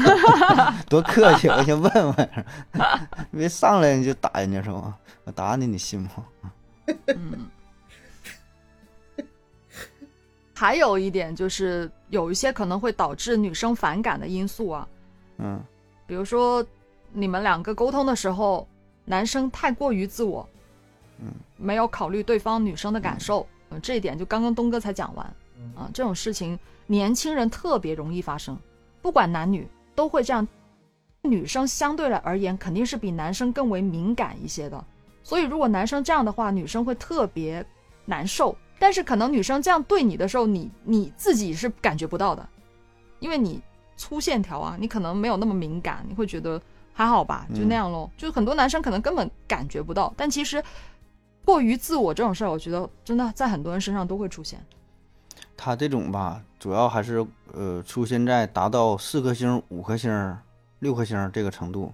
Speaker 2: 多客气，我先问问， 别上来你就打人家是吗？我打你，你信吗？
Speaker 1: 嗯， 还有一点就是，有一些可能会导致女生反感的因素啊，
Speaker 2: 嗯，
Speaker 1: 比如说你们两个沟通的时候，男生太过于自我，
Speaker 2: 嗯，
Speaker 1: 没有考虑对方女生的感受，嗯，这一点就刚刚东哥才讲完
Speaker 3: 嗯，
Speaker 1: 啊，这种事情年轻人特别容易发生，不管男女都会这样。女生相对来而言肯定是比男生更为敏感一些的，所以如果男生这样的话，女生会特别难受。但是可能女生这样对你的时候，你你自己是感觉不到的，因为你粗线条啊，你可能没有那么敏感，你会觉得还好吧，就那样咯。就是很多男生可能根本感觉不到，但其实过于自我这种事儿，我觉得真的在很多人身上都会出现。
Speaker 2: 他这种吧，主要还是呃出现在达到四颗星、五颗星、六颗星这个程度。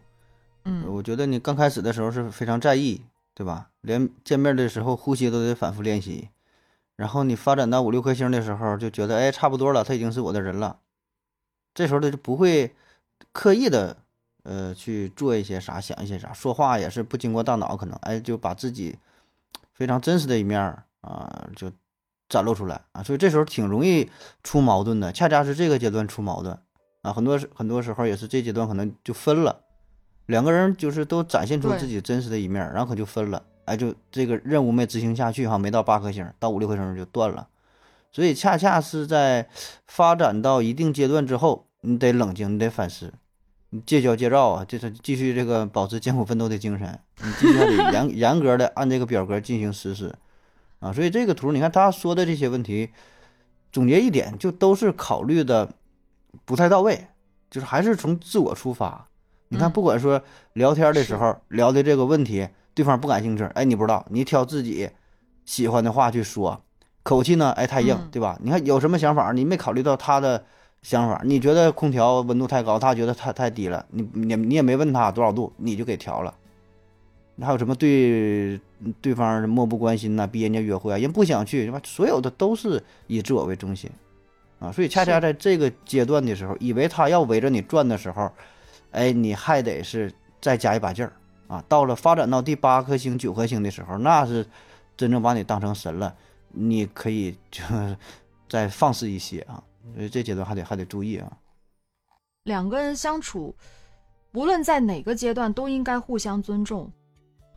Speaker 1: 嗯，
Speaker 2: 我觉得你刚开始的时候是非常在意，对吧？连见面的时候呼吸都得反复练习。然后你发展到五六颗星的时候，就觉得哎，差不多了，他已经是我的人了。这时候他就不会刻意的呃去做一些啥，想一些啥，说话也是不经过大脑，可能哎就把自己非常真实的一面儿啊就展露出来啊，所以这时候挺容易出矛盾的，恰恰是这个阶段出矛盾啊，很多时很多时候也是这阶段可能就分了。两个人就是都展现出
Speaker 1: 对
Speaker 2: 自己真实的一面儿，然后可就分了，哎，就这个任务没执行下去哈，没到八颗星儿，到五六颗星儿就断了。所以恰恰是在发展到一定阶段之后，你得冷静，你得反思，你戒骄戒躁啊，就是继续这个保持艰苦奋斗的精神，你继续还得严严格的按这个表格进行实施啊。所以这个图，你看他说的这些问题，总结一点，就都是考虑的不太到位，就是还是从自我出发。你看，
Speaker 1: 嗯
Speaker 2: 不管说聊天的时
Speaker 1: 是
Speaker 2: 候、聊的这个问题，对方不感兴趣，哎，你不知道，你挑自己喜欢的话去说，口气呢，哎，太硬
Speaker 1: 嗯，
Speaker 2: 对吧？你看有什么想法，你没考虑到他的想法，你觉得空调温度太高，他觉得太太低了，你你你也没问他多少度，你就给调了。你还有什么对对方漠不关心呐、逼人家约会啊，人不想去，对吧？所有的都是以自我为中心啊，所以恰恰
Speaker 1: 是
Speaker 2: 在这个阶段的时候，以为他要围着你转的时候，哎，你还得是再加一把劲儿啊。到了发展到第八颗星、九颗星的时候，那是真正把你当成神了，你可以就 再放肆一些啊。
Speaker 1: 嗯
Speaker 2: 所以这阶段还得还得注意啊。
Speaker 1: 两个人相处，无论在哪个阶段，都应该互相尊重，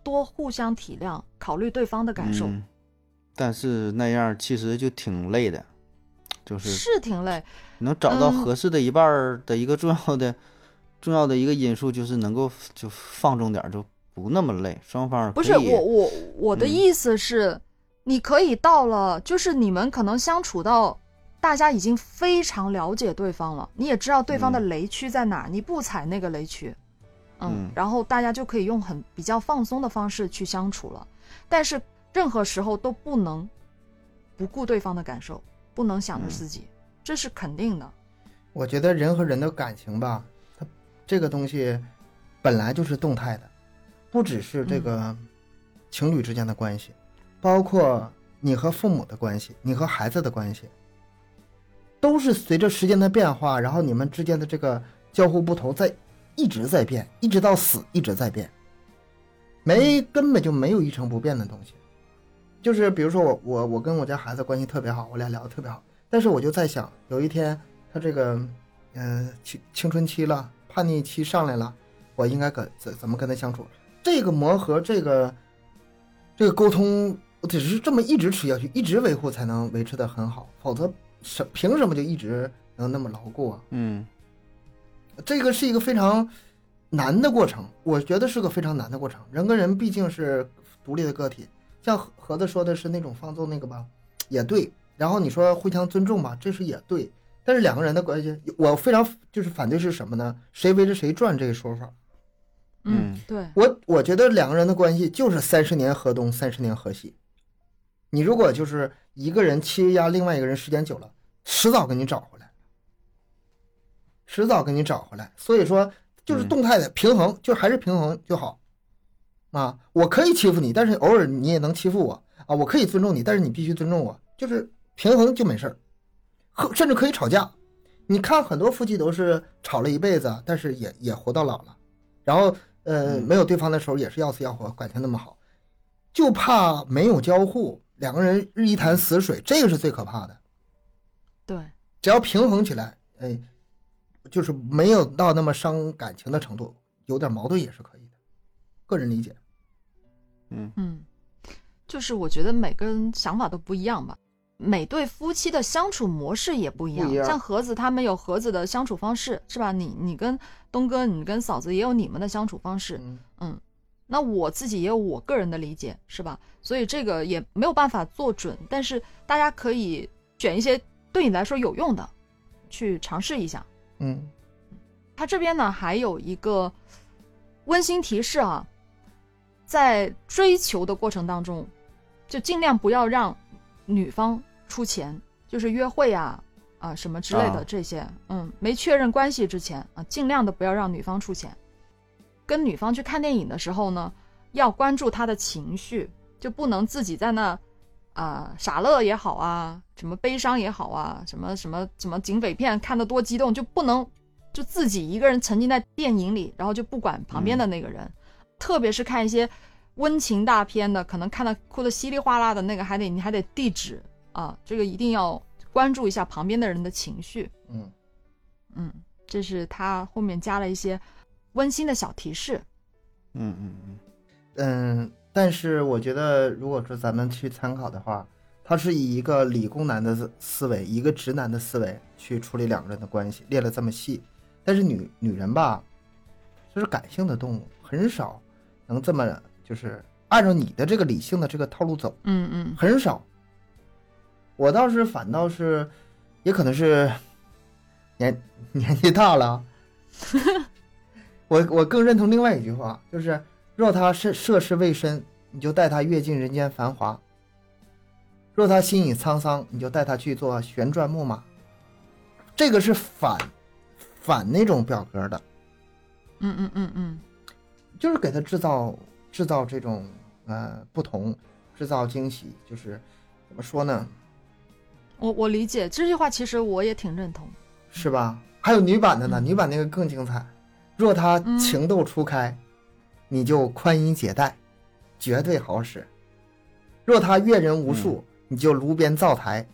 Speaker 1: 多互相体谅，考虑对方的感受。
Speaker 2: 嗯但是那样其实就挺累的，就是
Speaker 1: 是挺累，
Speaker 2: 能找到
Speaker 1: 嗯
Speaker 2: 合适的一半儿的一个重要的、 重要的一个因素，就是能够就放纵点儿，就不那么累。双方
Speaker 1: 不
Speaker 2: 可
Speaker 1: 是
Speaker 2: 以
Speaker 1: 我我我的
Speaker 2: 嗯
Speaker 1: 意思是，你可以到了，就是你们可能相处到大家已经非常了解对方了，你也知道对方的
Speaker 2: 嗯
Speaker 1: 雷区在哪儿，你不踩那个雷区，嗯
Speaker 2: 嗯
Speaker 1: 然后大家就可以用很比较放松的方式去相处了。但是任何时候都不能不顾对方的感受，不能想着
Speaker 2: 嗯
Speaker 1: 自己，这是肯定的。
Speaker 3: 我觉得人和人的感情吧，它这个东西本来就是动态的，不只是这个情侣之间的关系，包括你和父母的关系，你和孩子的关系，都是随着时间的变化，然后你们之间的这个交互不同在一直在变，一直到死一直在变，没根本就没有一成不变的东西。就是比如说我我我跟我家孩子关系特别好，我俩聊得特别好，但是我就在想，有一天他这个嗯、青青春期了，叛逆期上来了，我应该跟怎怎么跟他相处？这个磨合，这个这个沟通，我只是这么一直持续下去，一直维护才能维持的很好，否则什凭什么就一直能那么牢固啊？
Speaker 2: 嗯
Speaker 3: 这个是一个非常难的过程，我觉得是个非常难的过程。人跟人毕竟是独立的个体，像盒盒子说的是那种放纵那个吧，也对。然后你说互相尊重吧，这是也对。但是两个人的关系，我非常就是反对是什么呢？谁围着谁转这个说法。
Speaker 2: 嗯
Speaker 1: 嗯，对，
Speaker 3: 我我觉得两个人的关系就是三十年河东，三十年河西。你如果就是一个人欺压另外一个人时间久了，迟早给你找回来，迟早给你找回来。所以说，就是
Speaker 2: 嗯
Speaker 3: 动态的平衡，就还是平衡就好。啊，我可以欺负你，但是偶尔你也能欺负我啊。我可以尊重你，但是你必须尊重我，就是平衡就没事儿，和甚至可以吵架。你看很多夫妻都是吵了一辈子，但是也也活到老了，然后呃、
Speaker 2: 嗯
Speaker 3: 没有对方的时候也是要死要活，感情那么好，就怕没有交互，两个人日一潭死水，这个是最可怕的。
Speaker 1: 对，
Speaker 3: 只要平衡起来，哎，就是没有到那么伤感情的程度，有点矛盾也是可以的，个人理解。
Speaker 2: 嗯
Speaker 1: 嗯，就是我觉得每个人想法都不一样吧，每对夫妻的相处模式也不一样。
Speaker 3: 不一样
Speaker 1: 像盒子他们有盒子的相处方式，是吧？你你跟东哥，你跟嫂子也有你们的相处方式。
Speaker 3: 嗯，
Speaker 1: 嗯，那我自己也有我个人的理解，是吧？所以这个也没有办法做准，但是大家可以选一些对你来说有用的，去尝试一下。
Speaker 3: 嗯，
Speaker 1: 它这边呢还有一个温馨提示啊，在追求的过程当中，就尽量不要让女方出钱，就是约会啊啊什么之类的
Speaker 2: 啊
Speaker 1: 这些，嗯，没确认关系之前啊，尽量的不要让女方出钱。跟女方去看电影的时候呢，要关注她的情绪，就不能自己在那啊、傻乐也好啊，什么悲伤也好啊，什么什么什么警匪片看得多激动，就不能就自己一个人沉浸在电影里，然后就不管旁边的那个人。特别是看一些温情大片的，可能看的哭的稀里哗啦的那个，还得你还得递纸啊，这个一定要关注一下旁边的人的情绪。
Speaker 3: 嗯，
Speaker 1: 嗯，这是他后面加了一些温馨的小提示。
Speaker 2: 嗯嗯嗯，
Speaker 3: 嗯，但是我觉得，如果说咱们去参考的话，他是以一个理工男的思思维，一个直男的思维去处理两个人的关系，列了这么细。但是女女人吧，这是感性的动物，很少能这么就是按照你的这个理性的这个套路走。
Speaker 1: 嗯嗯
Speaker 3: 很少。我倒是反倒是，也可能是年年纪大了，我我更认同另外一句话，就是若他涉涉世未深，你就带他阅尽人间繁华；若他心已沧桑，你就带他去做旋转木马。这个是反反那种表格的，
Speaker 1: 嗯嗯嗯嗯，
Speaker 3: 就是给他制造制造这种呃不同，制造惊喜，就是怎么说呢？
Speaker 1: 我我理解这句话，其实我也挺认同。
Speaker 3: 是吧？还有女版的呢，
Speaker 1: 嗯
Speaker 3: 女版那个更精彩。若他情窦初开，你就宽衣解带，绝对好使；若他阅人无数，你就炉边灶台，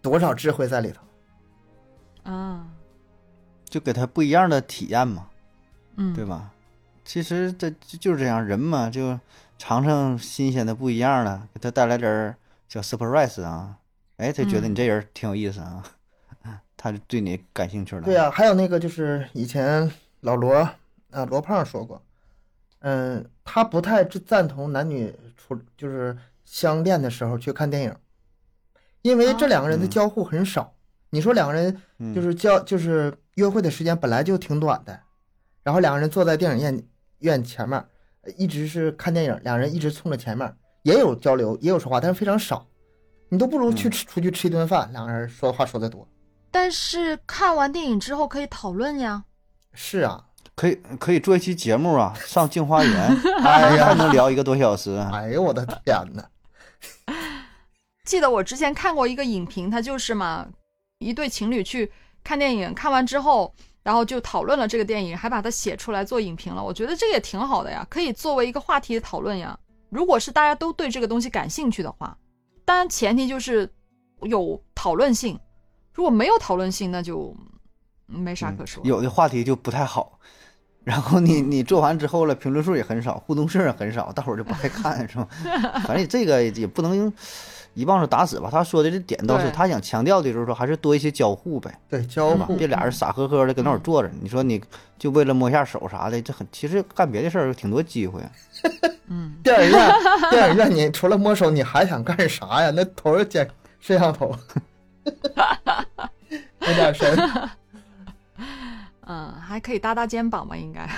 Speaker 3: 多少智慧在里头。
Speaker 1: 啊，
Speaker 2: 就给他不一样的体验嘛，
Speaker 1: 嗯，
Speaker 2: 对吧？其实这就就是这样，人嘛，就尝尝新鲜的不一样的，给他带来点儿小 surprise 啊，哎，他觉得
Speaker 1: 嗯
Speaker 2: 你这人挺有意思啊， 他就对你感兴趣了。
Speaker 1: 啊
Speaker 3: 对呀、还有那个就是以前老罗啊、罗胖说过，嗯，他不太赞同男女处就是相恋的时候去看电影，因为这两个人的
Speaker 2: 嗯
Speaker 3: 交互很少。你说两个人
Speaker 2: 嗯，
Speaker 3: 就是交就是约会的时间本来就挺短的，然后两个人坐在电影院院前面，呃一直是看电影，两人一直冲着前面，也有交流，也有说话，但是非常少。你都不如去
Speaker 2: 嗯
Speaker 3: 吃出去吃一顿饭，两个人说话说的多，
Speaker 1: 但是看完电影之后可以讨论呀。
Speaker 3: 是啊，
Speaker 2: 可以可以做一期节目啊，上镜花园，
Speaker 3: 哎
Speaker 2: 还
Speaker 3: 呀，
Speaker 2: 能聊一个多小时。啊
Speaker 3: 哎呦我的天呐，
Speaker 1: 记得我之前看过一个影评，它就是嘛，一对情侣去看电影，看完之后，然后就讨论了这个电影，还把它写出来做影评了。我觉得这也挺好的呀，可以作为一个话题讨论呀。如果是大家都对这个东西感兴趣的话，当然前提就是有讨论性。如果没有讨论性，那就嗯没啥可说。
Speaker 2: 有的话题就不太好，然后你你做完之后了，评论数也很少，互动性也很少，大伙儿就不爱看，是吧？反正这个也不能一棒子打死吧。他说的这点倒是
Speaker 1: 对
Speaker 2: 他想强调的，就是说还是多一些交互呗，
Speaker 3: 对，交
Speaker 2: 是吧
Speaker 3: 互？
Speaker 2: 别俩人傻呵呵的搁那儿坐着，你说你就为了摸一下手啥的，这很其实干别的事儿有挺多机会。
Speaker 1: 嗯，
Speaker 3: 电影院，电影院，你除了摸手，你还想干啥呀？那头儿剪摄像 头，有点深。
Speaker 1: 嗯，还可以搭搭肩膀吧，应该。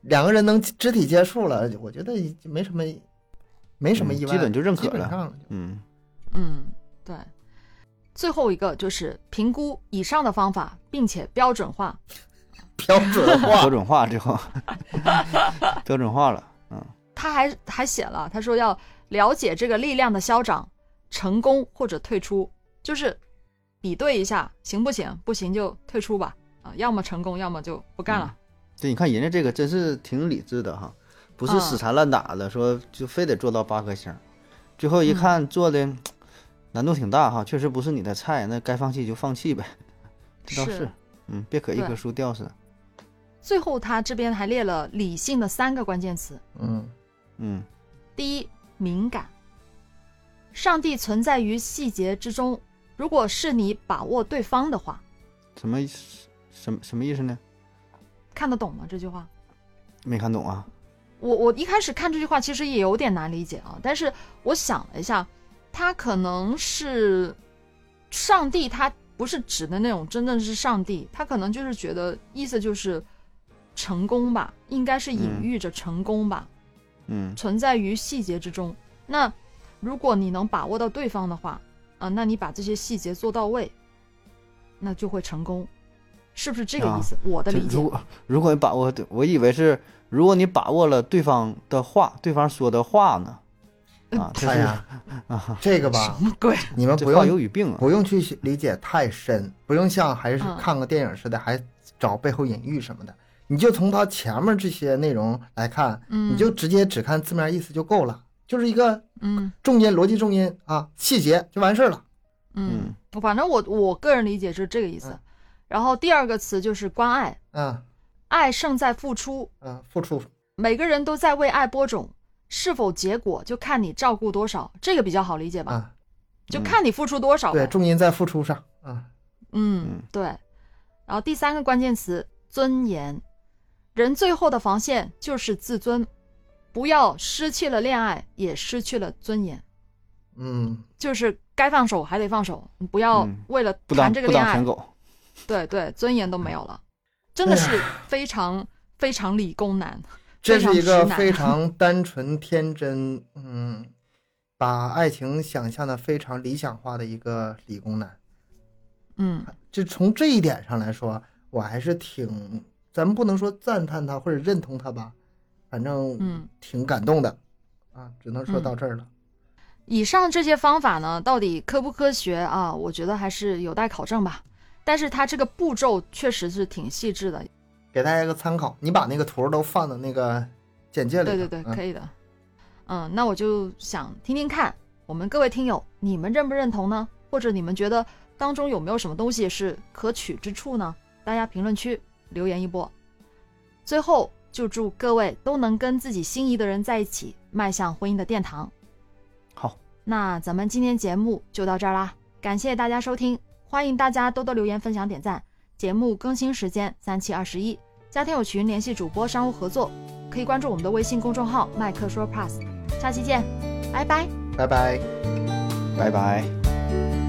Speaker 3: 两个人能肢体接触了，我觉得已没什么，没什么意
Speaker 2: 嗯
Speaker 3: 外，
Speaker 2: 基本就认可了
Speaker 3: 基本上
Speaker 2: 嗯，
Speaker 1: 嗯，对。最后一个就是评估以上的方法，并且标准化。
Speaker 3: 标准
Speaker 2: 标
Speaker 3: 化。
Speaker 2: 准化之后，标准化了。嗯，
Speaker 1: 他还还写了，他说要了解这个力量的消长、成功或者退出，就是比对一下行不行，不行就退出吧。啊，要么成功，要么就不干了。
Speaker 2: 嗯对，你看人家这个真是挺理智的哈，不是
Speaker 1: 嗯
Speaker 2: 死缠烂打的，说就非得做到八颗星，最后一
Speaker 1: 嗯
Speaker 2: 看做的难度挺大哈，确实不是你的菜，那该放弃就放弃呗，这倒是，嗯，别可一棵
Speaker 1: 对
Speaker 2: 树吊死，
Speaker 1: 最后他这边还列了理性的三个关键词：
Speaker 3: 嗯，
Speaker 2: 嗯，
Speaker 1: 第一，敏感。上帝存在于细节之中，如果是你把握对方的话，
Speaker 2: 什么意思什么什么意思呢？
Speaker 1: 看得懂吗？这句话？
Speaker 2: 没看懂啊，
Speaker 1: 我我一开始看这句话其实也有点难理解啊，但是我想了一下，他可能是上帝，他不是指的那种真正是上帝，他可能就是觉得意思就是成功吧，应该是
Speaker 3: 嗯
Speaker 1: 隐喻着成功吧，
Speaker 2: 嗯
Speaker 1: 存在于细节之中。那如果你能把握到对方的话，啊、那你把这些细节做到位，那就会成功，是不是这个
Speaker 3: 啊
Speaker 1: 意思？我的
Speaker 2: 就
Speaker 1: 理解
Speaker 2: 如，果如果你把握，我以为是如果你把握了对方的话，对方说的话呢，
Speaker 1: 嗯
Speaker 2: 啊，这
Speaker 3: 哎
Speaker 2: 是啊
Speaker 3: 呀， 这个吧，
Speaker 1: 什么鬼？
Speaker 3: 你们
Speaker 2: 这
Speaker 3: 不
Speaker 2: 话有
Speaker 3: 用
Speaker 2: 语病啊，
Speaker 3: 不用去理解太深，不用像还是
Speaker 1: 嗯
Speaker 3: 看个电影似的，还找背后隐喻什么的，你就从它前面这些内容来看，
Speaker 1: 嗯
Speaker 3: 你就直接只看字面意思就够了，就是一个
Speaker 1: 嗯。
Speaker 3: 重音、逻辑重音啊，细节就完事儿了。
Speaker 1: 嗯
Speaker 2: 嗯，
Speaker 1: 我反正我我个人理解是这个意思
Speaker 3: 嗯。
Speaker 1: 然后第二个词就是关爱，
Speaker 3: 嗯
Speaker 1: 爱胜在付出，
Speaker 3: 嗯，付出
Speaker 1: 每个人都在为爱播种，是否结果就看你照顾多少，这个比较好理解
Speaker 2: 嗯
Speaker 1: 吧？
Speaker 3: 啊，
Speaker 1: 就看你付出多少
Speaker 3: 对，
Speaker 1: 呗。
Speaker 3: 重音在付出上啊。
Speaker 1: 嗯
Speaker 2: 嗯，
Speaker 1: 对。然后第三个关键词尊严，人最后的防线就是自尊，不要失去了恋爱，也失去了尊严。
Speaker 3: 嗯，
Speaker 1: 就是该放手还得放手，你不要
Speaker 2: 嗯
Speaker 1: 为了
Speaker 2: 不当
Speaker 1: 谈这个
Speaker 2: 不
Speaker 1: 恋
Speaker 2: 当
Speaker 1: 爱
Speaker 2: 舔狗，
Speaker 1: 对对，尊严都没有了，真的是非常、非常理工男。
Speaker 3: 这是一
Speaker 1: 非常直
Speaker 3: 个
Speaker 1: 男啊
Speaker 3: 非常单纯天真，嗯，把爱情想象的非常理想化的一个理工男。
Speaker 1: 嗯
Speaker 3: 就从这一点上来说，我还是挺，咱们不能说赞叹他或者认同他吧，反正
Speaker 1: 嗯，
Speaker 3: 挺感动的啊，只能说
Speaker 1: 嗯
Speaker 3: 到这儿了。
Speaker 1: 以上这些方法呢，到底科不科学啊？我觉得还是有待考证吧。但是它这个步骤确实是挺细致的，
Speaker 3: 给大家一个参考，你把那个图都放到那个简介里嗯头。
Speaker 1: 对对对，可
Speaker 3: 以。
Speaker 1: 以的。嗯，那我就想听听看，我们各位听友，你们认不认同呢？或者你们觉得当中有没有什么东西是可取之处呢？大家评论区留言一波。最后，就祝各位都能跟自己心仪的人在一起，迈向婚姻的殿堂。
Speaker 2: 好，
Speaker 1: 那咱们今天节目就到这儿啦，感谢大家收听，欢迎大家多多留言、分享、点赞。节目更新时间三七二十一，加听友群联系主播商务合作，可以关注我们的微信公众号“麦克说 Plus”。下期见，拜拜。
Speaker 3: 拜拜。
Speaker 2: 拜拜。
Speaker 3: 拜